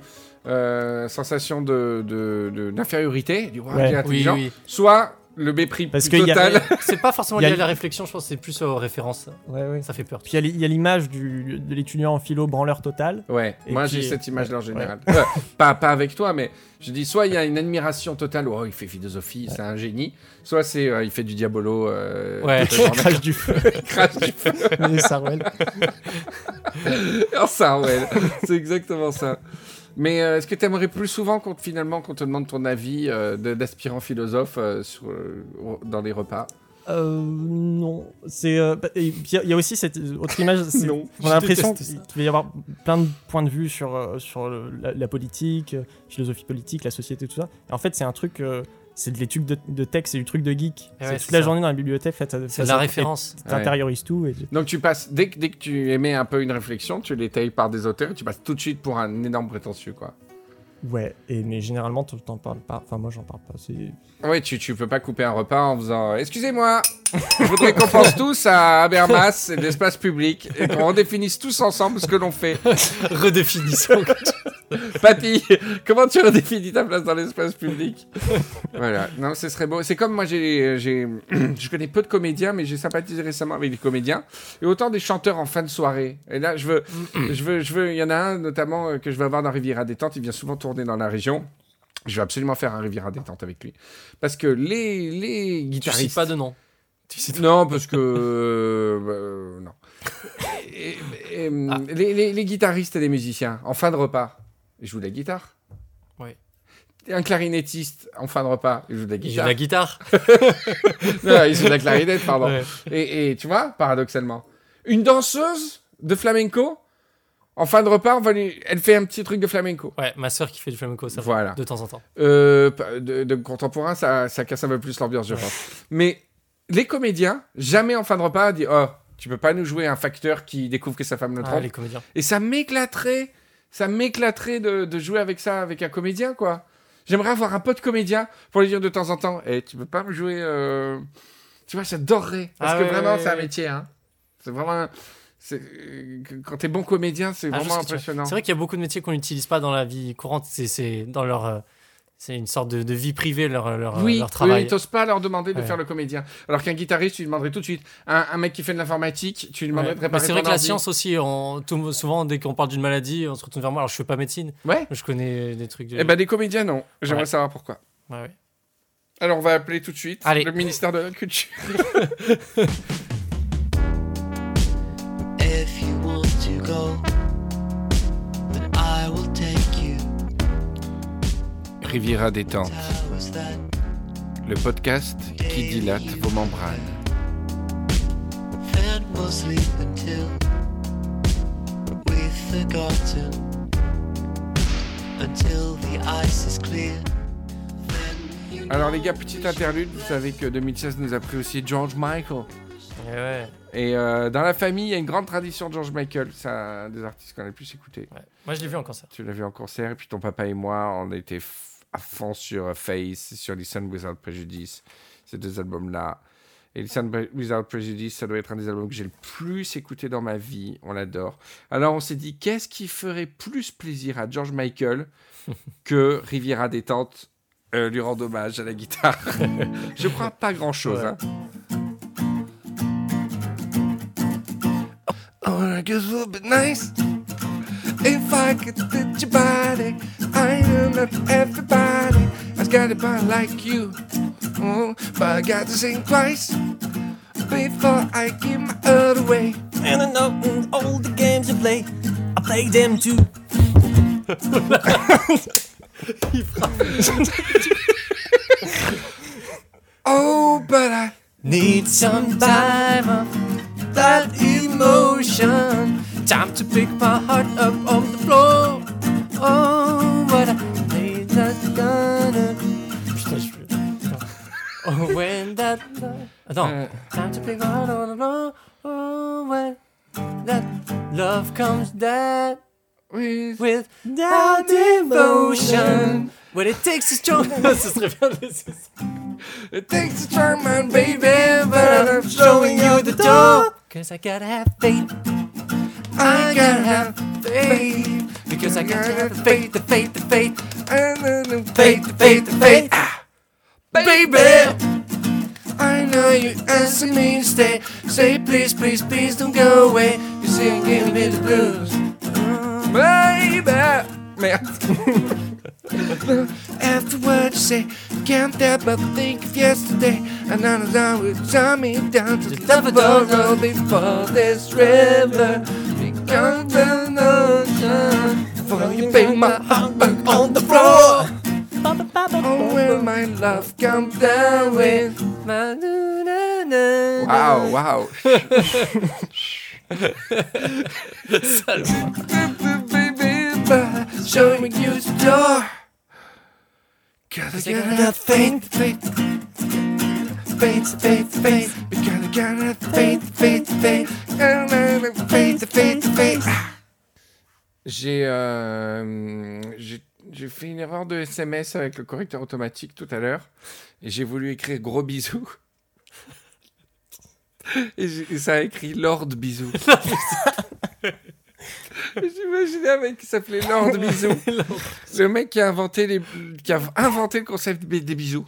euh, sensation de de- de- d'infériorité, du roi Ouais. il est Oui, intelligent, oui. soit le mépris Parce qu'il y a- total. C'est pas forcément Il y a lié à eu- la réflexion, je pense que c'est plus aux références. Ouais, ouais. Ça fait peur. Puis il y a l'i- il y a l'image du- de l'étudiant en philo branleur total. Ouais, Et moi puis- j'ai cette image-là en ouais. général. Euh, pas, pas avec toi, mais je dis soit il y a une admiration totale, oh il fait philosophie, c'est un génie, soit c'est euh, il fait du diabolo, euh, Ouais. totalement Crash du feu, crash du les Sarwell. fer, ça, ouais. c'est exactement ça. Mais euh, est-ce que tu aimerais plus souvent qu'on finalement qu'on te demande ton avis euh, de- d'aspirant philosophe euh, sur, euh, dans les repas Euh, non. C'est. euh, bah, et puis, il y a- il y a aussi cette autre image. c'est- Non, On je a l'impression déteste qu'il ça. va y avoir plein de points de vue sur, euh, sur le- la, la politique, euh, philosophie politique, la société, tout ça. Et en fait, c'est un truc. euh, c'est des trucs de, de texte, c'est du truc de geek. Eh c'est ouais, toute c'est la ça. journée dans la bibliothèque. là, t'as- t'as- C'est de la et référence. T'intériorises tout. Et... Donc tu passes dès que, dès que tu émets un peu une réflexion, tu l'étayes par des auteurs, et tu passes tout de suite pour un énorme prétentieux quoi. Ouais, et, mais généralement, t'en- t'en parles pas. Enfin, moi, j'en parle pas. C'est. Oui, tu, tu peux pas couper un repas en faisant euh, Excusez-moi, je voudrais qu'on pense tous à Habermas et l'espace public et qu'on définisse tous ensemble ce que l'on fait. Redéfinissons. Papy, comment tu redéfinis ta place dans l'espace public Voilà, non, ce serait beau. C'est comme moi, j'ai, j'ai, je connais peu de comédiens, mais j'ai sympathisé récemment avec des comédiens et autant des chanteurs en fin de soirée. Et là, je veux, je veux, je veux, il y en a un notamment euh, que je veux avoir dans Riviera Détente, il vient souvent tourner dans la région. Je vais absolument faire un Riviera Détente avec lui. Parce que les, les Tu guitaristes. cites pas de nom. Tu cites Non, parce que. euh, euh, non. Et- et, euh, Ah. les, les- les guitaristes et les musiciens, en fin de repas, ils jouent de la guitare. Ouais. Un clarinettiste, en fin de repas, il joue de la Il joue de guitare. Ah la guitare. Non, il joue de la clarinette, pardon. Ouais. Et, et tu vois, paradoxalement. Une danseuse de flamenco, en fin de repas, on va lui- elle fait un petit truc de flamenco. Ouais, ma soeur qui fait du flamenco, ça va. Voilà. De temps en temps. Euh, pa- de, de contemporain, ça, ça casse un peu plus l'ambiance, je pense. Mais les comédiens, jamais en fin de repas, disent Oh, tu peux pas nous jouer un facteur qui découvre que sa femme le Ah, trompe. les comédiens. Et ça m'éclaterait, ça m'éclaterait de, de jouer avec ça, avec un comédien, quoi. J'aimerais avoir un pote comédien pour lui dire de temps en temps Eh, tu peux pas me jouer. euh, Tu vois, j'adorerais. Parce Ah que ouais, vraiment, ouais, c'est un ouais. métier. Hein. C'est vraiment. un- c'est- euh, Quand t'es bon comédien, c'est Ah, je sais vraiment ce que tu veux. impressionnant. C'est vrai qu'il y a beaucoup de métiers qu'on n'utilise pas dans la vie courante. C'est- C'est dans leur. euh, C'est une sorte de, de vie privée, leur, euh, leur, Oui, leur travail. oui, t'oses pas leur demander de Ouais. faire le comédien. Alors qu'un guitariste, tu lui demanderais tout de suite. Un, un mec qui fait de l'informatique, tu lui demanderais Ouais. de Mais réparer c'est ton vrai que la ordi. science aussi, on, tout- souvent dès qu'on parle d'une maladie, on se retourne vers moi. Alors je fais pas médecine, Ouais. je connais des trucs de. Eh ben, des comédiens, non. J'aimerais Ouais. savoir pourquoi. Ouais, ouais. Alors, on va appeler tout de suite Allez. le ministère de la Culture. If you want to go, then I will take you. Riviera Détente, How is that? le podcast qui dilate vos membranes. And we'll sleep until we've forgotten. Until the ice is clear. Then you Alors les gars, petite interlude, vous savez que 2016 nous a pris aussi George Michael. Eh ouais. Et euh, dans la famille, il y a une grande tradition de George Michael. C'est un des artistes qu'on a le plus écouté. Ouais. Moi, je l'ai vu en concert. Tu l'as vu en concert, et puis ton papa et moi, on était f- à fond sur euh, Face, sur Listen Without Prejudice, ces deux albums-là. Et Listen Bre- Without Prejudice, ça doit être un des albums que j'ai le plus écouté dans ma vie. On l'adore. Alors on s'est dit, qu'est-ce qui ferait plus plaisir à George Michael que Riviera Détente euh, lui rend hommage à la guitare Je crois pas grand-chose. Ouais. hein. Oh, I guess it would be nice if I could touch your body. I know not everybody has got a body like you. Oh, but I got to sing twice before I give my heart away. And I know all the games you play, I play them too. Oh, but I Need some time of that emotion. Time to pick my heart up off the floor. Oh, but I need that gonna. Putain, je suis. Oh, when that. Attends. Euh. Time to pick my heart on the floor. Oh, when that love comes that with with that devotion. When it takes a strong. Ce serait bien de it takes a charm, man, baby, but I'm I'm showing you the door. Cause I gotta have faith. I gotta have faith. Because I gotta have the faith, the faith, the faith. and then Faith, the faith, the faith. Ah, baby. I know you asking me to stay. Say please, please, please don't go away. You sing give me the blues, baby. Merde. After what you say, can't help but think of yesterday. And now the sun will turn me down to the borough before this river. Because the ocean, for you pay my heart back on the floor. Oh, will my love come down with Wow, wow. Show me you the door. Cause I gotta have faith, faith. Faith, faith, faith. We gotta gotta have faith, faith, faith. Gotta have Faith, faith, faith. J'ai euh, j'ai j'ai fait une erreur de SMS avec le correcteur automatique tout à l'heure et j'ai voulu écrire gros bisous. Et, j'ai- et ça a écrit Lord Bisous. J'imaginais un mec qui s'appelait Lord Bisous. C'est le mec qui a inventé les qui a inventé le concept des des bisous.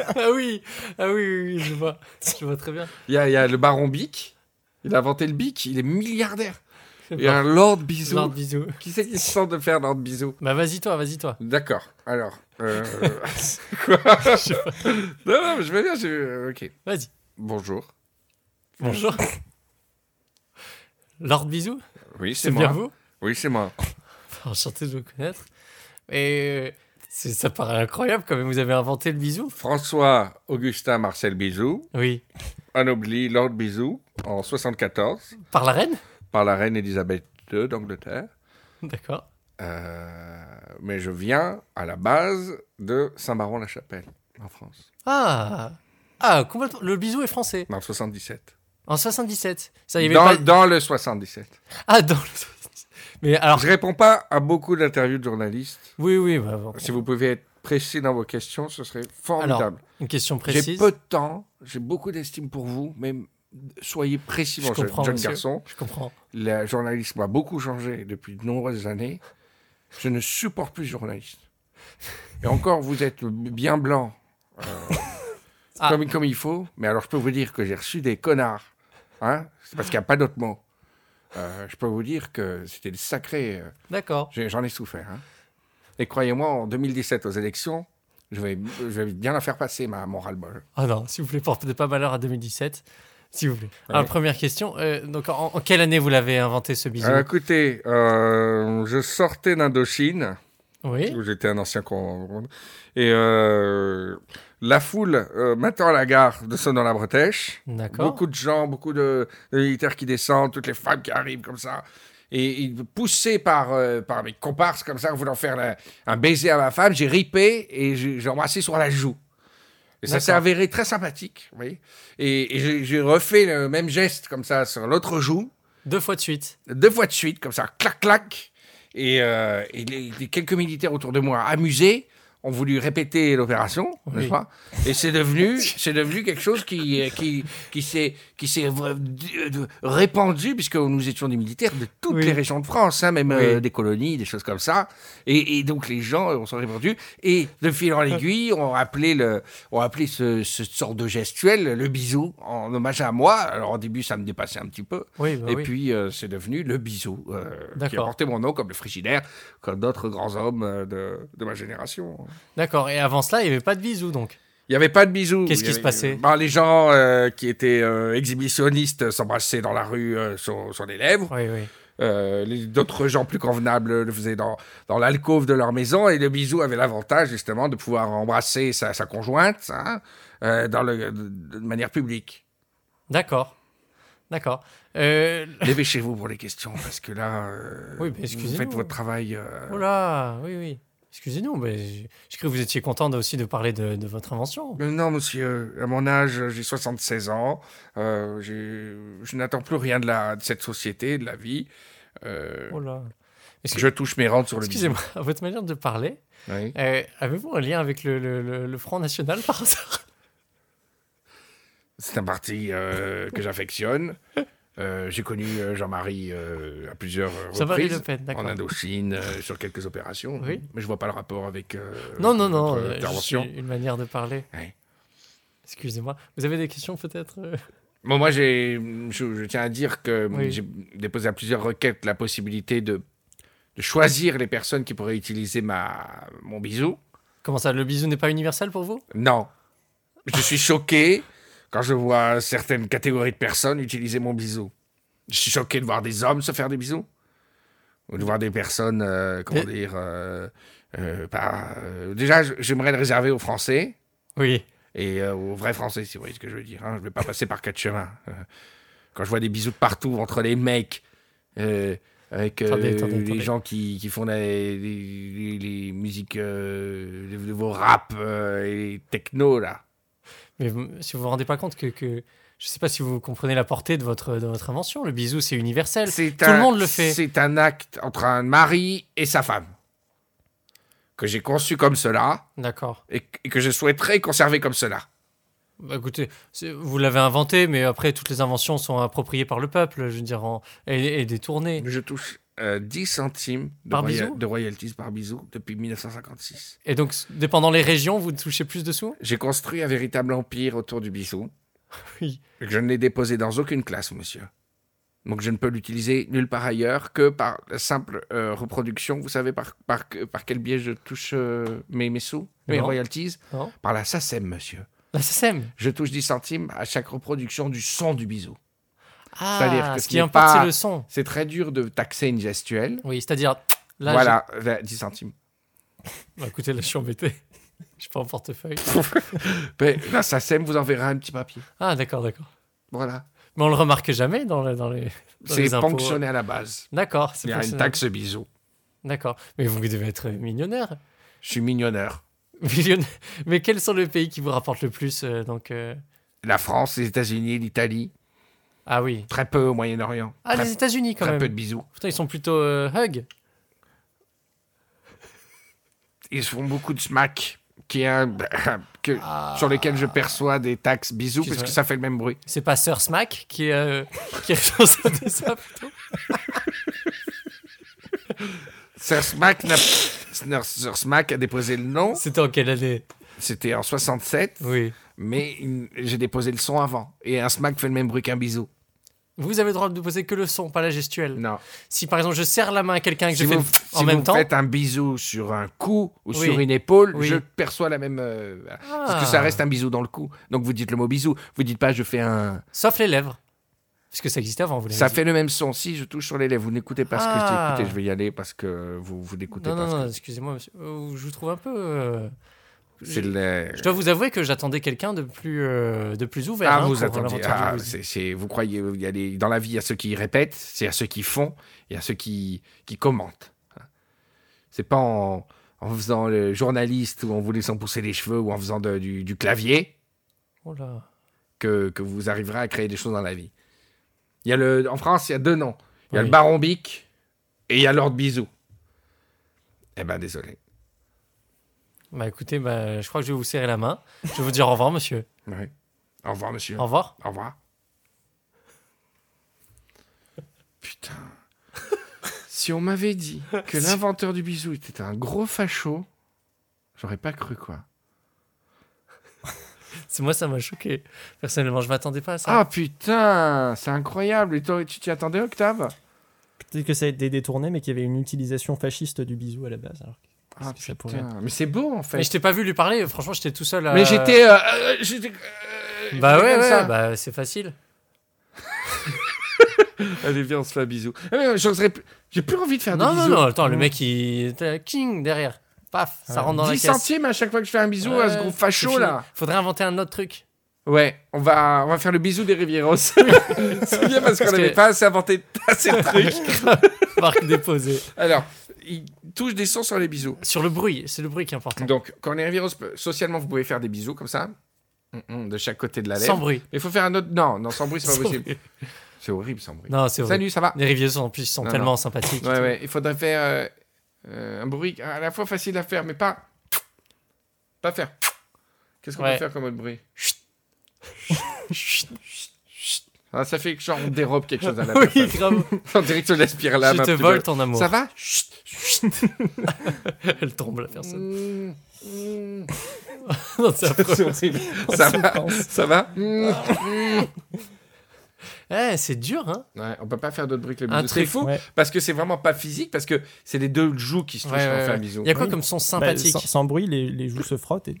ah oui, ah oui, oui, oui, je vois. Je vois très bien. Il y a, il y a le baron Bic. Il a inventé le Bic, il est milliardaire. Il y a Bon, un Lord Bisous. Lord bisous. Qui c'est qui se sent de faire Lord Bisous Bah vas-y toi, vas-y toi. D'accord. Alors, euh, c'est quoi Non, non, mais je vais bien. j'ai- euh, Ok. Vas-y. Bonjour. Bonjour. Lord Bisou, Oui, c'est c'est bien moi. vous. Oui, c'est moi. Enchanté de vous connaître. Et euh, c'est- ça paraît incroyable quand même, vous avez inventé le bisou. François Augustin Marcel Bisou, Oui. anobli Lord Bisou en 74 Par la reine par la reine Elisabeth II d'Angleterre. D'accord. Euh, mais je viens à la base de Saint-Baron-la-Chapelle en France Ah Ah, complètement. Le bisou est français. en 77. En 77. Ça y avait Dans, pas... dans le 77. Ah, dans le... Mais alors... Je réponds pas à beaucoup d'interviews de journalistes. Oui, oui, bah, bon. Si vous pouvez être précis dans vos questions, ce serait formidable. Une question J'ai précise. peu de temps, j'ai beaucoup d'estime pour vous, mais soyez précis, mon Je jeune, comprends, jeune monsieur. garçon. Je comprends. Le journalisme a beaucoup changé depuis de nombreuses années. Je ne supporte plus le journaliste. Et encore, vous êtes bien blanc, euh, Ah. comme, comme il faut. Mais alors, je peux vous dire que j'ai reçu des connards. Hein C'est parce qu'il n'y a pas d'autre mot. Euh, je peux vous dire que c'était le sacré. euh, D'accord. j'ai- J'en ai souffert. hein. Et croyez-moi, en 2017, aux élections, je vais, je vais bien la faire passer, ma morale bol. Ah non, s'il vous plaît, portez pas malheur à 2017. S'il vous plaît. Ouais. Alors, première question. euh, donc, en, en quelle année vous l'avez inventé ce bisou Alors, Euh, écoutez, euh, je sortais d'Indochine. Oui. où j'étais un ancien con. Et euh, la foule euh, m'attend à la gare de Sonor-la-Bretèche. D'accord. Beaucoup de gens, beaucoup de, de militaires qui descendent, toutes les femmes qui arrivent comme ça. Et, et poussé par, euh, par mes comparses comme ça, voulant faire la- un baiser à ma femme, j'ai ripé et j'ai j'ai embrassé sur la joue. Et ça D'accord. s'est avéré très sympathique, vous voyez. Et, et j'ai- j'ai refait le même geste comme ça sur l'autre joue Deux fois de suite. deux fois de suite, comme ça, clac, clac. Et, euh, et les, les quelques militaires autour de moi, amusés, ont voulu répéter l'opération, n'est-ce Oui. pas Et c'est devenu, c'est devenu quelque chose qui, euh, qui, qui s'est, qui s'est vra- d- d- répandu, puisque nous étions des militaires de toutes Oui. les régions de France, hein, même euh, Oui. des colonies, des choses comme ça. Et, et donc les gens euh, on s'en répandus. Et de fil en aiguille, on appelé le, on appelé ce, ce sorte de gestuel le bisou en hommage à moi. Alors au début, ça me dépassait un petit peu. Oui, bah Et oui. puis, euh, c'est devenu le bisou, euh, qui a D'accord. porté mon nom comme le frigidaire, comme d'autres grands hommes euh, de, de ma génération. D'accord. Et avant cela, il n'y avait pas de bisou, donc. Il n'y avait pas de bisous. Qu'est-ce Il y qui se avait- passait Ben, Les gens euh, qui étaient euh, exhibitionnistes s'embrassaient dans la rue euh, sur, sur les lèvres. Oui, oui. Euh, les- D'autres gens plus convenables le faisaient dans, dans l'alcôve de leur maison. Et le bisou avait l'avantage, justement, de pouvoir embrasser sa, sa conjointe hein, euh, dans le, de de manière publique. D'accord. D'accord. Euh, Dépêchez-vous pour les questions, parce que là, euh, Oui, mais vous faites excusez-nous. votre travail. euh, Oh là, oui, oui. Excusez-nous, mais je, je crois que vous étiez content de- aussi de parler de, de votre invention. Euh, Non, monsieur, à mon âge, j'ai 76 ans. Euh, j'ai- je n'attends plus rien de, la, de cette société, de la vie. Euh, Oh là. Excuse- je touche mes rentes sur le Excusez-moi, à votre manière de parler, bisou. Oui. euh, avez-vous un lien avec le, le- le- le Front National par hasard C'est un parti euh, que j'affectionne. Euh, j'ai connu euh, Jean-Marie euh, à plusieurs euh, Jean-Marie Le reprises. Pen, En d'accord. Indochine, euh, sur quelques opérations. Oui. Mais je vois pas le rapport avec. euh, Non, non, non, votre euh, juste intervention. une manière de parler. Ouais. Excusez-moi. Vous avez des questions peut-être euh Bon, moi, j'ai, je, je tiens à dire que Oui. j'ai déposé à plusieurs requêtes la possibilité de, de choisir les personnes qui pourraient utiliser ma, mon bisou. Comment ça, le bisou n'est pas universel pour vous Non. Je suis choqué quand je vois certaines catégories de personnes utiliser mon bisou. Je suis choqué de voir des hommes se faire des bisous. Ou de voir des personnes, euh, comment Mais- dire, euh, euh, pas- euh, déjà, je- j'aimerais le réserver aux Français. Oui. Et euh, aux vrais Français, si vous voyez ce que je veux dire. hein. Je ne vais pas passer par quatre chemins. Euh, quand je vois des bisous de partout entre les mecs, euh, avec euh, Attendez, attendez, les attendez. gens qui, qui font les, les- les- les musiques euh, de, de vos rap euh, et les techno, là. Mais vous- si vous vous rendez pas compte que... que- Je ne sais pas si vous comprenez la portée de votre, de votre invention. Le bisou, c'est universel. C'est Tout le monde le fait. C'est un acte entre un mari et sa femme que j'ai conçu comme cela D'accord. et, que- et que je souhaiterais conserver comme cela. Bah, écoutez, c'est- vous l'avez inventé, mais après, toutes les inventions sont appropriées par le peuple, je veux dire, en- et, et détournées. Je touche euh, 10 centimes de, Par roya- bisou de royalties par bisou depuis 1956. Et donc, s- dépendant les régions, vous touchez plus de sous J'ai construit un véritable empire autour du bisou. Oui. Et que Je ne l'ai déposé dans aucune classe, monsieur. Donc je ne peux l'utiliser nulle part ailleurs que par la simple euh, reproduction. Vous savez par, par, que- par quel biais je touche euh, mes, mes sous, mes Non. royalties Non. Par la SACEM, monsieur. La SACEM Je touche 10 centimes à chaque reproduction du son du bisou. C'est-à-dire Ah, que ce ce qui n'est importe, pas- c'est le son. C'est très dur de taxer une gestuelle. Oui, c'est-à-dire... Là, voilà, euh, 10 centimes. j'ai- Bah, écoutez, là, je suis embêté. Je suis pas en portefeuille. Mais la SACEM vous enverra un petit papier. Ah, d'accord, d'accord. Voilà. Mais on le remarque jamais dans, le- dans les... Dans C'est les impôts. ponctionné à la base. D'accord, Il c'est y a une fonctionnel. taxe bisou. D'accord. Mais vous devez être millionnaire. Je suis mignonneur. Millionnaire. Mais quels sont les pays qui vous rapportent le plus euh, donc, euh, la France, les États-Unis, l'Italie, Ah oui. très peu au Moyen-Orient. Ah, très les États-Unis, quand très peu même. de bisous. Putain, ils sont plutôt euh, hug. Ils se font beaucoup de smack qui est un- que- sur lesquels je perçois des taxes bisous, Qui parce que serait- ça fait le même bruit. C'est pas Sir Smack qui est, euh, qui est responsable de ça plutôt Sir Smack, n'a- Sir- Sir Smack a déposé le nom, C'était en quelle année c'était en 67, Oui. mais il- j'ai déposé le son avant. Et un Smack fait le même bruit qu'un bisou. Vous avez le droit de poser que le son, pas la gestuelle. Non. Si par exemple je serre la main à quelqu'un et que Si je fais vous, pff en si même vous temps. faites un bisou sur un cou ou Oui. sur une épaule, Oui. je perçois la même... euh, Parce Ah. que ça reste un bisou dans le cou. Donc vous dites le mot bisou. Vous dites pas je fais un... Sauf les lèvres. Parce que ça existait avant, vous l'avez Ça dit. fait le même son. Si je touche sur les lèvres, vous n'écoutez pas ce que Ah. je dis. Écoutez, je vais y aller parce que vous, vous n'écoutez Non, pas non, ce que- non, excusez-moi, monsieur. Euh, Je vous trouve un peu. euh, C'est le... Je dois vous avouer que j'attendais quelqu'un de plus, euh, de plus ouvert. Ah, hein, vous pour attendez. l'aventure Ah, du- c'est- c'est- vous croyez, il y a les- dans la vie, il y a ceux qui répètent, c'est à ceux qui font, il y a ceux qui, qui commentent. C'est pas en, en faisant le journaliste ou en vous laissant pousser les cheveux ou en faisant de- du, du clavier Oh là. que, que vous arriverez à créer des choses dans la vie. Il y a le, en France, il y a deux noms. Il y a Oui. le Baron Bic et il y a Lord Bisou. Eh ben, désolé. Bah écoutez, bah, je crois que je vais vous serrer la main. Je vais vous dire au revoir, monsieur. Ouais. Au revoir, monsieur. Au revoir. Au revoir. Putain. si on m'avait dit que l'inventeur du bisou était un gros facho, j'aurais pas cru quoi. C'est moi, ça m'a choqué. Personnellement, je m'attendais pas à ça. Ah putain, c'est incroyable. Et toi, tu t'y attendais, Octave Peut-être que ça a été détourné, mais qu'il y avait une utilisation fasciste du bisou à la base. alors que- Ah que ça pourrait putain. Mais c'est beau en fait. mais je t'ai pas vu lui parler. Franchement, j'étais tout seul. à- Mais j'étais. euh, euh, j'étais, euh, Bah j'étais ouais, comme ouais, ça. bah c'est facile. Allez, viens, on se fait un bisou. Euh, j'oserais plus- J'ai plus envie de faire Non, des non, bisous. Mmh. non, attends, le mec il. t'as- King derrière. Paf, ça rentre dans la 10 caisse. centimes à chaque fois que je fais un bisou à ce Ouais, gros c'est facho fini. là. Faudrait inventer un autre truc. Ouais, on va, on va faire le bisou des Rivieros. c'est bien parce qu'on Parce que- n'avait pas assez inventé assez de trucs. Marque déposée. Alors, il touche des sons sur les bisous. Sur le bruit, c'est le bruit qui est important. Donc, quand les Rivieros, peut- socialement, vous pouvez faire des bisous comme ça, Hum, hum, de chaque côté de la Sans lèvre. bruit. Mais il faut faire un autre. Non, non, sans bruit, c'est Sans pas possible. bruit. C'est horrible sans bruit. Non, c'est vrai. Salut, ça va Les rivières sont, en plus, ils sont Non, tellement non. sympathiques. Ouais, ouais, il faudrait faire euh, euh, un bruit à la fois facile à faire, mais pas. Pas faire. Qu'est-ce qu'on Ouais. peut faire comme autre bruit Ah, Ça fait que genre on dérobe quelque chose à la Oui, personne. grave. On dirait que tu l'aspires là. Je te vole ton amour. Ça va Elle tombe, la personne. Mm, mm. Non, c'est affreux. Ça va Ça va Mm. Eh, c'est dur, hein. Ouais, on peut pas faire d'autres bruits que les Un bisous. C'est truc, fou ouais. parce que c'est vraiment pas physique parce que c'est les deux joues qui se touchent Ouais, quand on ouais, fait un ouais. bisou. Il y a quoi Oui. comme son Bah, sympathique sans, sans bruit, les, les joues se frottent. Et...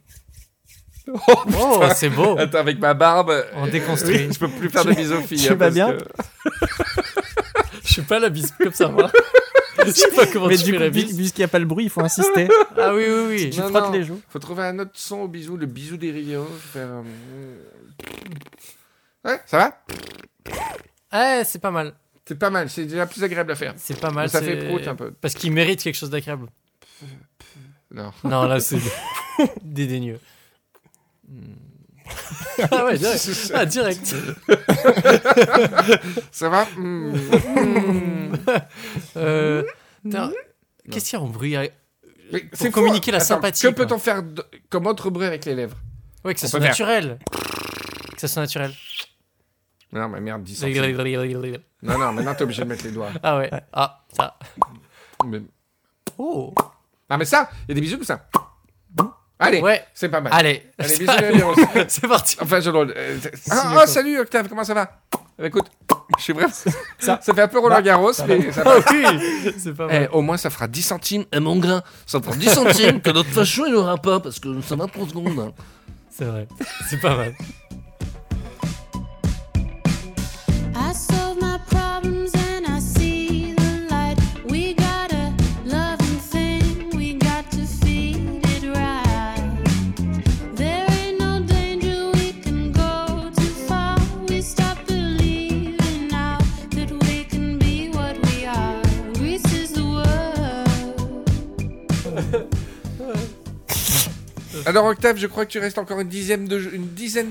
Oh, c'est beau. Attends, avec ma barbe, On euh, déconstruit. je peux plus faire de bisous filles. tu vas parce bien que- Je suis pas la bise comme ça, moi. Je sais pas comment Mais tu du fais coup, la vu- bise. puisqu'il n'y a pas le bruit, il faut insister. Ah oui, tu oui, oui. Non, frottes non. les joues. Faut trouver un autre son au bisou, le bisou des rivières. Faire... un- Ouais, ça va Eh, c'est pas mal. C'est pas mal, c'est déjà plus agréable à faire. C'est pas mal. ça fait c'est- prout un peu. Parce qu'il mérite quelque chose d'agréable. Non. Non, là, c'est dédaigneux. Hmm. ah ouais, direct. Ah, direct. Ça va Mm. Euh, t'as- Qu'est-ce qu'il y a en bruit à- Pour Mais c'est fou, communiquer hein. la Attends, sympathie, Que quoi. peut-on faire de- comme autre bruit avec les lèvres Ouais, que ça On soit peut faire. naturel. Que ça soit naturel. Non, mais merde, 10 centimes. Non, non, maintenant t'es obligé de mettre les doigts. Ah ouais. Ah, ça. Mais- Oh. Ah, mais ça, il y a des bisous comme ça. Allez, Ouais. c'est pas mal. Allez. Allez, bisous, les virus. C'est parti. Enfin, je drôle. Euh, c'est- ah, quoi. ah, salut Octave, comment ça va Eh, Écoute, je suis bref. Ça, Ça- fait un peu Roland Garros, mais ça va. Ah oui. C'est pas Eh, mal. au moins, ça fera 10 centimes. Eh mon gars, ça prend 10 centimes que notre facho il aura pas parce que ça va 30 secondes. hein. C'est vrai. C'est pas mal. I solve my problems and I see the light. We got a loving thing, we got to feed it right. There ain't no danger we can go too far. We stop believing now that we can be what we are. Greece is the world. Alors, Octave, je crois que tu restes encore une dixième de. jeu- Une dizaine.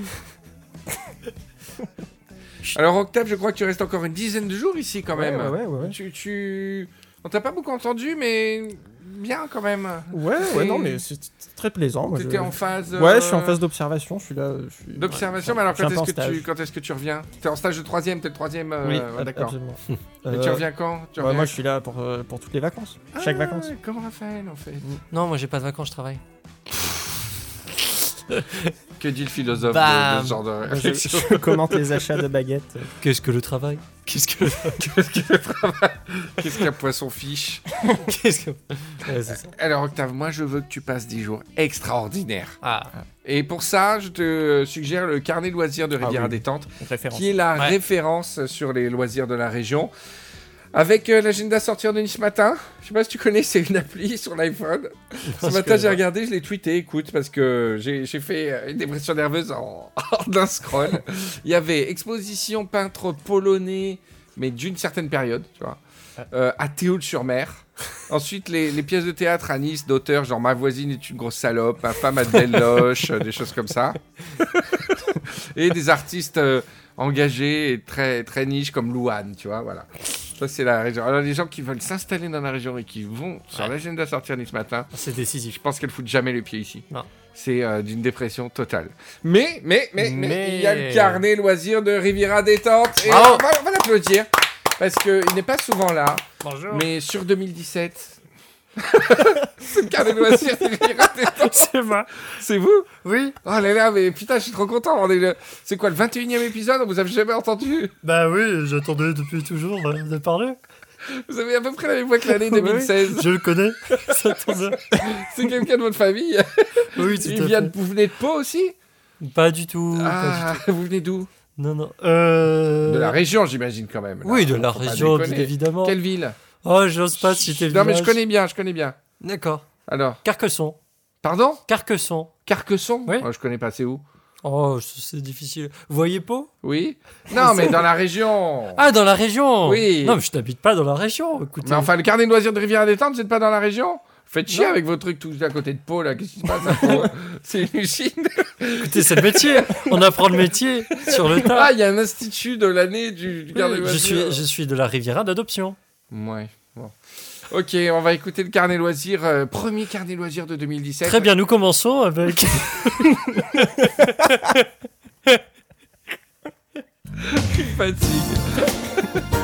Alors, Octave, je crois que tu restes encore une dizaine de jours ici quand même. Ouais, ouais, ouais, ouais. Tu, tu... On t'a pas beaucoup entendu, mais bien quand même. Ouais, ouais, ouais, non, non, mais mais c'est très plaisant. T'étais en phase. Ouais, je suis en euh, phase d'observation, je suis là. je suis- D'observation, ouais, mais alors je suis quand un peu est-ce en que, tu, stage. quand est-ce que tu reviens T'es en stage de troisième, t'es le troisième, euh, Oui, ouais, ab- d'accord. absolument. Et Euh, tu reviens quand tu ouais, reviens... Moi, je suis là pour, euh, pour toutes les vacances. Chaque Ah, vacances. Comme Raphaël, en fait. Non, moi j'ai pas de vacances, je travaille. Que dit le philosophe de- de, Bam. ce genre de Je, réflexion je commente les achats de baguettes. Qu'est-ce que le travail Qu'est-ce que Qu'est-ce qu'un poisson fiche Qu'est-ce que Ouais, c'est ça. Alors, Octave, moi, je veux que tu passes des jours extraordinaires. Ah, Et pour ça, je te suggère le carnet de loisirs de Ah Rivière oui. Détente, Référence. qui est la Ouais. référence sur les loisirs de la région. Avec euh, l'agenda sortir de Nice Matin, je sais pas si tu connais, c'est une appli sur l'iPhone. Ce Parce matin, que- j'ai regardé, je l'ai tweeté, écoute, parce que j'ai j'ai fait euh, une dépression nerveuse en, en un scroll. Il y avait exposition peintre polonais, mais d'une certaine période, tu vois, euh, à Théoule-sur-Mer. Ensuite, les, les pièces de théâtre à Nice d'auteurs, genre Ma voisine est une grosse salope, Ma femme a de belles loches, euh, des choses comme ça. et des artistes euh, engagés et très, très niches comme Louane, tu vois, voilà. Ça, c'est la région. Alors, les gens qui veulent s'installer dans la région et qui vont sur l'agenda sortir Nice matin, c'est décisif. je pense qu'elle fout jamais les pieds ici. Non. C'est euh, d'une dépression totale. Mais, mais, mais, mais, Mais- il y a le carnet loisirs de Riviera Détente. Et Bravo. on va, on va l'applaudir. Parce qu'il n'est pas souvent là. Bonjour. Mais sur 2017. c'est le carnet loisirs de Riviera Détente. C'est moi. C'est vous Oui. Oh là là, mais putain, je suis trop content. On est le- C'est quoi le 21 e épisode On vous a jamais entendu Bah oui, j'attendais depuis toujours euh, de parler. Vous avez à peu près la même voix que l'année 2016. Je le connais. Ça tombe bien. C'est quelqu'un de votre famille. Oui, tout Il à vient fait. de- Vous venez de Pau aussi Pas du tout. pas du Ah, vous venez d'où tout. Non, non. Euh... De la région, j'imagine quand même. là. Oui, de la Faut pas région, bien déconner. évidemment. Quelle ville Oh, j'ose pas citer le Non, mais je village. connais bien, je connais bien. D'accord. Alors, Carcasson. pardon Carcasson. Carcasson Oui. Oh, Je connais pas, c'est où Oh, c- c'est difficile. Vous voyez Pau Oui Non, mais dans la région Ah, dans la région Oui. Non, mais je n'habite pas dans la région, écoutez. Mais enfin, le carnet de loisirs de Rivière Détente, vous êtes pas dans la région Faites chier avec vos trucs tous à côté de Pau, là, qu'est-ce qui se passe à Pau C'est une usine Écoutez, c'est le métier. On apprend le métier sur le tas. Ah, il y a un institut de l'année du, du carnet de je, suis, loisirs je suis de la Riviera d'adoption. Ouais, bon. Ok, on va écouter le carnet loisirs, euh, premier carnet loisirs de 2017. Très bien, nous commençons avec... Fatigue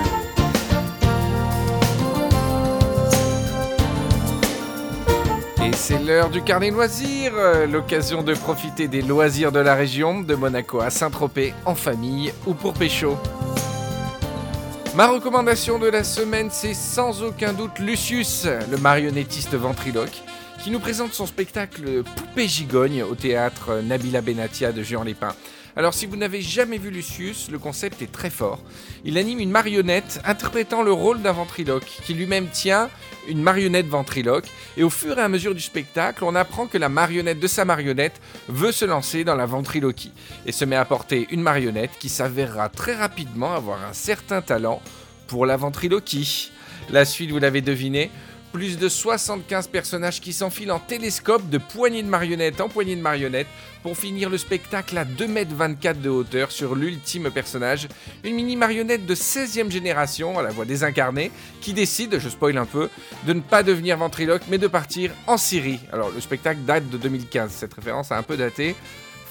Et c'est l'heure du carnet loisirs, euh, l'occasion de profiter des loisirs de la région, de Monaco à Saint-Tropez, en famille ou pour pécho. Ma recommandation de la semaine, c'est sans aucun doute Lucius, le marionnettiste ventriloque, qui nous présente son spectacle Poupée Gigogne au théâtre Nabila Benatia de Juan-les-Pins. Alors si vous n'avez jamais vu Lucius, le concept est très fort. Il anime une marionnette interprétant le rôle d'un ventriloque, qui lui-même tient une marionnette ventriloque, et au fur et à mesure du spectacle, on apprend que la marionnette de sa marionnette veut se lancer dans la ventriloquie, et se met à porter une marionnette qui s'avérera très rapidement avoir un certain talent pour la ventriloquie. La suite, vous l'avez deviné plus de 75 personnages qui s'enfilent en télescope de poignée de marionnettes en poignée de marionnettes pour finir le spectacle à 2m24 de hauteur sur l'ultime personnage, une mini marionnette de 16e génération à la voix désincarnée qui décide, je spoil un peu, de ne pas devenir ventriloque mais de partir en Syrie. Alors le spectacle date de 2015, cette référence a un peu daté.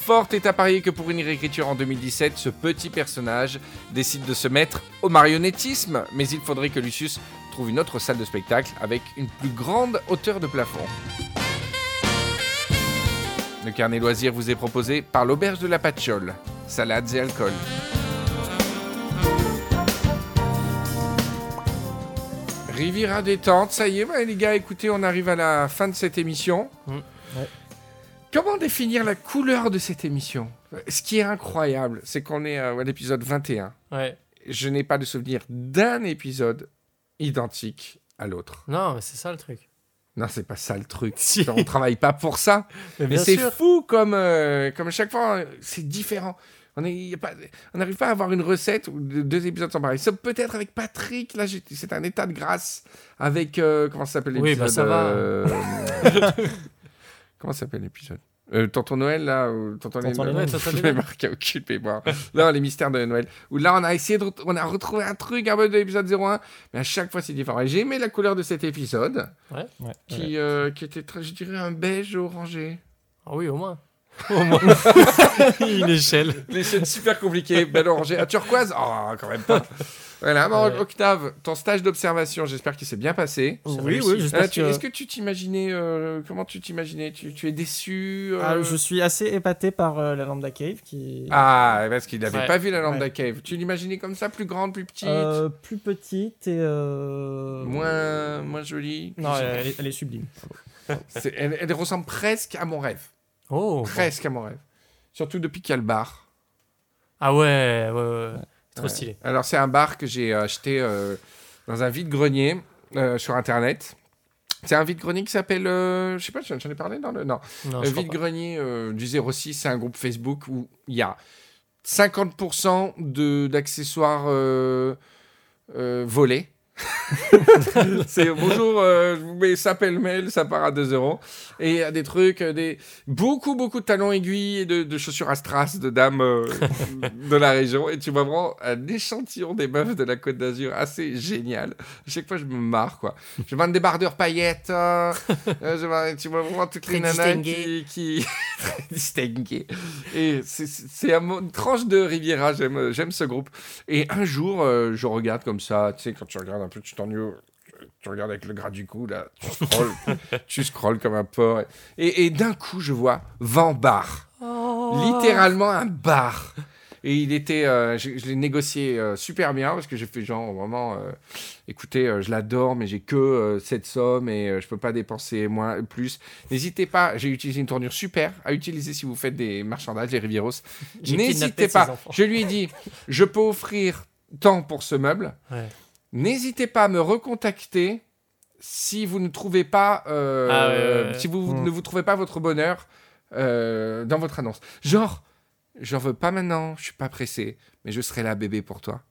Fort est à parier que pour une réécriture en 2017, ce petit personnage décide de se mettre au marionnettisme, mais il faudrait que Lucius trouve une autre salle de spectacle avec une plus grande hauteur de plafond. Le carnet loisir vous est proposé par l'auberge de la Patchole, salades et alcool. Riviera détente, ça y est, bah, les gars, écoutez, on arrive à la fin de cette émission. Mm, ouais. Comment définir la couleur de cette émission Ce qui est incroyable, c'est qu'on est euh, à l'épisode 21. Ouais. Je n'ai pas de souvenir d'un épisode identique à l'autre. Non, mais c'est ça le truc. Non, c'est pas ça le truc. Si. On travaille pas pour ça. Mais Mais bien c'est sûr. fou comme, euh, comme à chaque fois, euh, c'est différent. On est- y a pas- on n'arrive pas à avoir une recette où de- deux épisodes sont pareils. Sauf peut-être avec Patrick, là, j'ai- c'est un état de grâce. Avec, euh, comment ça s'appelle Oui, l'épisode bah, ça va. euh, Comment ça s'appelle l'épisode Euh, Tonton Noël, là, ou Tonton Tonton Noël, Noël, non, Tonton je Noël. marqué au cul de mémoire. Non, les mystères de Noël. Où là, on a essayé de, ret- on a retrouvé un truc un peu de l'épisode 01, mais à chaque fois, c'est différent. Et j'ai aimé la couleur de cet épisode, Ouais, qui, ouais. euh, qui était très, je dirais, un beige orangé. Ah oui, au moins. Au moins. Une échelle. Les scènes super compliquées, belle orangée. Ah, turquoise Oh, quand même pas. Voilà, bon, Ouais. Octave, ton stage d'observation, j'espère qu'il s'est bien passé. Oui, réussi. oui, j'espère Euh, tu- que- Est-ce que tu t'imaginais euh, Comment tu t'imaginais tu, tu es déçu euh, Ah, je suis assez épaté par euh, la Lambda Cave qui. Ah, parce qu'il n'avait Ouais. pas vu la Lambda Cave. Tu l'imaginais comme ça, plus grande, plus petite, Euh, plus petite et. euh, moins, moins jolie Non, elle, elle est, elle est sublime. C'est- elle, elle ressemble presque à mon rêve. Oh. Presque à mon rêve. Surtout depuis qu'il y a le bar. Ah ouais, ouais, ouais. Trop Ouais. stylé. Alors, c'est un bar que j'ai acheté euh, dans un vide-grenier euh, sur Internet. C'est un vide-grenier qui s'appelle... euh, je sais pas, j'en j'en ai parlé dans le... Non. Non, Le je crois pas. Vide-grenier euh, du 06, c'est un groupe Facebook où il y a 50% de- d'accessoires euh, euh, volés. c'est bonjour, euh, je vous mets ça pêle-mêle, ça part à 2 euros. Et il y a des trucs, euh, des... beaucoup, beaucoup de talons aiguilles et de, de chaussures à strass de dames euh, de la région. Et tu vois vraiment un échantillon des meufs de la Côte d'Azur assez génial. À chaque fois, je me marre, quoi. Je vends des bardeurs paillettes. euh, euh, je vends- tu vois vraiment toutes Très les nanas distinguées. qui... qui... très distinguées. Et c'est- c'est c'est un mo- une tranche de Riviera, j'aime euh, j'aime ce groupe. Et un jour, euh, je regarde comme ça, tu sais, quand tu regardes un peu, tu t'ennuies, euh, tu regardes avec le gras du cou, là, tu scrolles, tu scrolles comme un porc. Et, et d'un coup, je vois Van Bar. Littéralement un bar. Et il était, euh, je, je l'ai négocié euh, super bien parce que j'ai fait genre vraiment, euh, écoutez, euh, je l'adore, mais j'ai que euh, cette somme et euh, je peux pas dépenser moins, plus. N'hésitez pas, j'ai utilisé une tournure super à utiliser si vous faites des marchandages, les Rivieros. J'ai N'hésitez kidnappé ses pas. enfants. Je lui ai dit, je peux offrir tant pour ce meuble. Ouais. N'hésitez pas à me recontacter si vous ne trouvez pas, euh, Ah ouais, ouais, ouais. si vous Mm. ne vous trouvez pas votre bonheur euh, dans votre annonce. Genre, j'en veux pas maintenant, je suis pas pressé, mais je serai là bébé pour toi.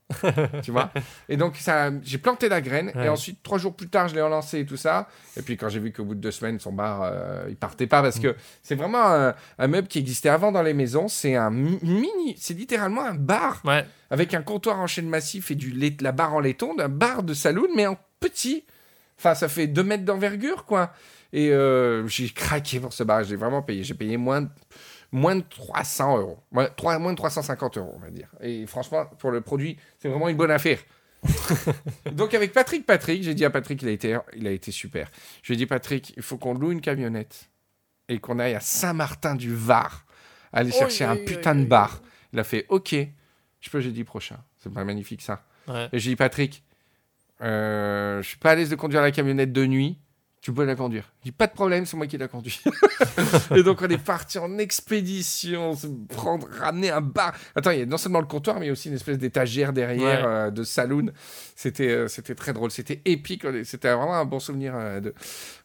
tu vois Et donc ça, j'ai planté la graine Ouais. et ensuite trois jours plus tard, je l'ai relancé et tout ça. Et puis quand j'ai vu qu'au bout de deux semaines, son bar, euh, il partait pas parce que c'est vraiment un, un meuble qui existait avant dans les maisons. C'est un mi- mini, c'est littéralement un bar Ouais. avec un comptoir en chaîne massif et du lait- la barre en laiton, d'un bar de saloon, mais en petit. Enfin, ça fait 2 mètres d'envergure, quoi. Et euh, j'ai craqué pour ce bar, j'ai vraiment payé. J'ai payé moins de, moins de 300 euros, moins, trois- moins de 350 euros, on va dire. Et franchement, pour le produit, c'est vraiment une bonne affaire. Donc avec Patrick, Patrick, j'ai dit à Patrick, il a été, il a été super. Je lui ai dit, Patrick, il faut qu'on loue une camionnette et qu'on aille à Saint-Martin-du-Var aller Oh, chercher oui, un oui, putain oui, de oui. bar. Il a fait, ok, je peux jeudi prochain. C'est pas magnifique ça. Ouais. Et j'ai dit, Patrick, euh, je suis pas à l'aise de conduire la camionnette de nuit. Tu peux la conduire. Il dit, pas de problème, c'est moi qui la conduis. et donc, on est parti en expédition, se prendre, ramener un bar. Attends, il y a non seulement le comptoir, mais il y a aussi une espèce d'étagère derrière Ouais. euh, de saloon. C'était euh, c'était très drôle, c'était épique. on est- C'était vraiment un bon souvenir euh, de.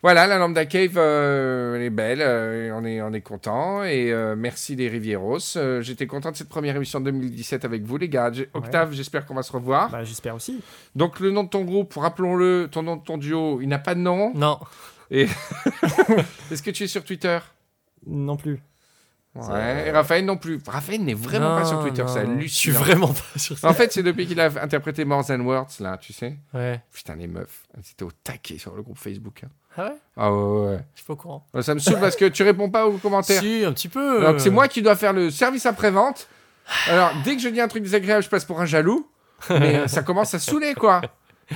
Voilà, la Lambda Cave, euh, elle est belle. euh, on est on est content et euh, merci les Rivieros. Euh, J'étais content de cette première émission de 2017 avec vous les gars. J'ai- Octave, j'espère qu'on va se revoir. Bah, j'espère aussi. Donc le nom de ton groupe, rappelons-le, ton nom de ton duo, il n'a pas de nom. Non. Est-ce que tu es sur Twitter Non plus. Ouais. Et Raphaël non plus. Raphaël n'est vraiment pas sur Non, Twitter, non, ça non. Je suis hallucinant. vraiment pas sur ça. En fait, c'est depuis qu'il a interprété More Than Words là, tu sais. Ouais. Putain les meufs, elles étaient au taquet sur le groupe Facebook. hein. Ah ouais Ah ouais, ouais, ouais. Je suis pas au courant. Ouais, Ça me saoule parce que tu réponds pas aux commentaires. Si, euh. un petit peu. Donc c'est moi qui dois faire le service après-vente. Alors dès que je dis un truc désagréable, je passe pour un jaloux. Mais euh, ça commence à saouler quoi.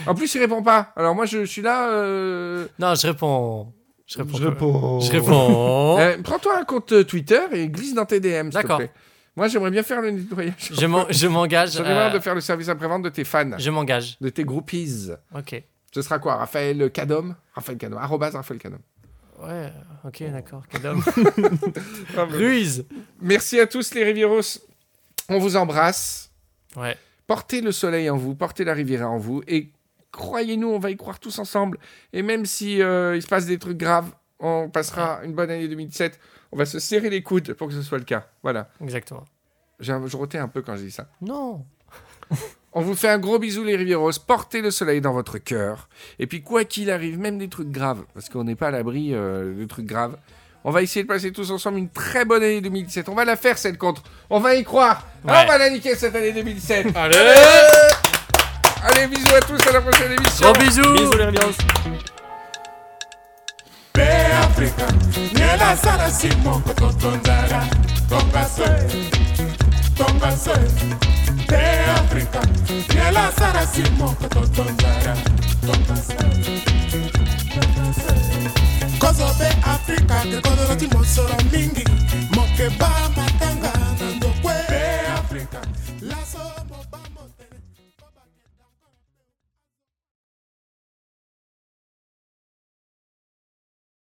En plus, il répond pas. Alors moi, je, je suis là. euh, Non, je réponds. Je réponds. Je Je réponds. euh, Prends-toi un compte euh, Twitter et glisse dans tes DM. s'il te Oh. D'accord. plaît. Moi, j'aimerais bien faire le nettoyage. Je m'en- je m'engage. J'en ai marre euh, de faire le service après-vente de tes fans, Je m'engage. de tes groupies. Ok. Ce sera quoi Raphaël Cadom Raphaël Cadom. Arrobas Raphaël Cadom. Ouais. Ok, d'accord. Quel homme. bah. Ruise. Merci à tous les Rivieros. On vous embrasse. Ouais. Portez le soleil en vous, portez la rivière en vous, et croyez-nous, on va y croire tous ensemble. Et même si euh, il se passe des trucs graves, on passera une bonne année 2017. On va se serrer les coudes pour que ce soit le cas. Voilà. Exactement. J'ai un- Je rotais un peu quand je dis ça. Non. On vous fait un gros bisou les Rivieros. Portez le soleil dans votre cœur. Et puis quoi qu'il arrive, même des trucs graves, parce qu'on n'est pas à l'abri euh, des trucs graves. On va essayer de passer tous ensemble une très bonne année 2017. On va la faire cette contre. On va y croire. Ouais. Ah, on va la niquer cette année 2017. Allez Allez, bisous à tous, à la prochaine émission. Gros bisous Bisous les Rivières. Cause of the Africa, the color of the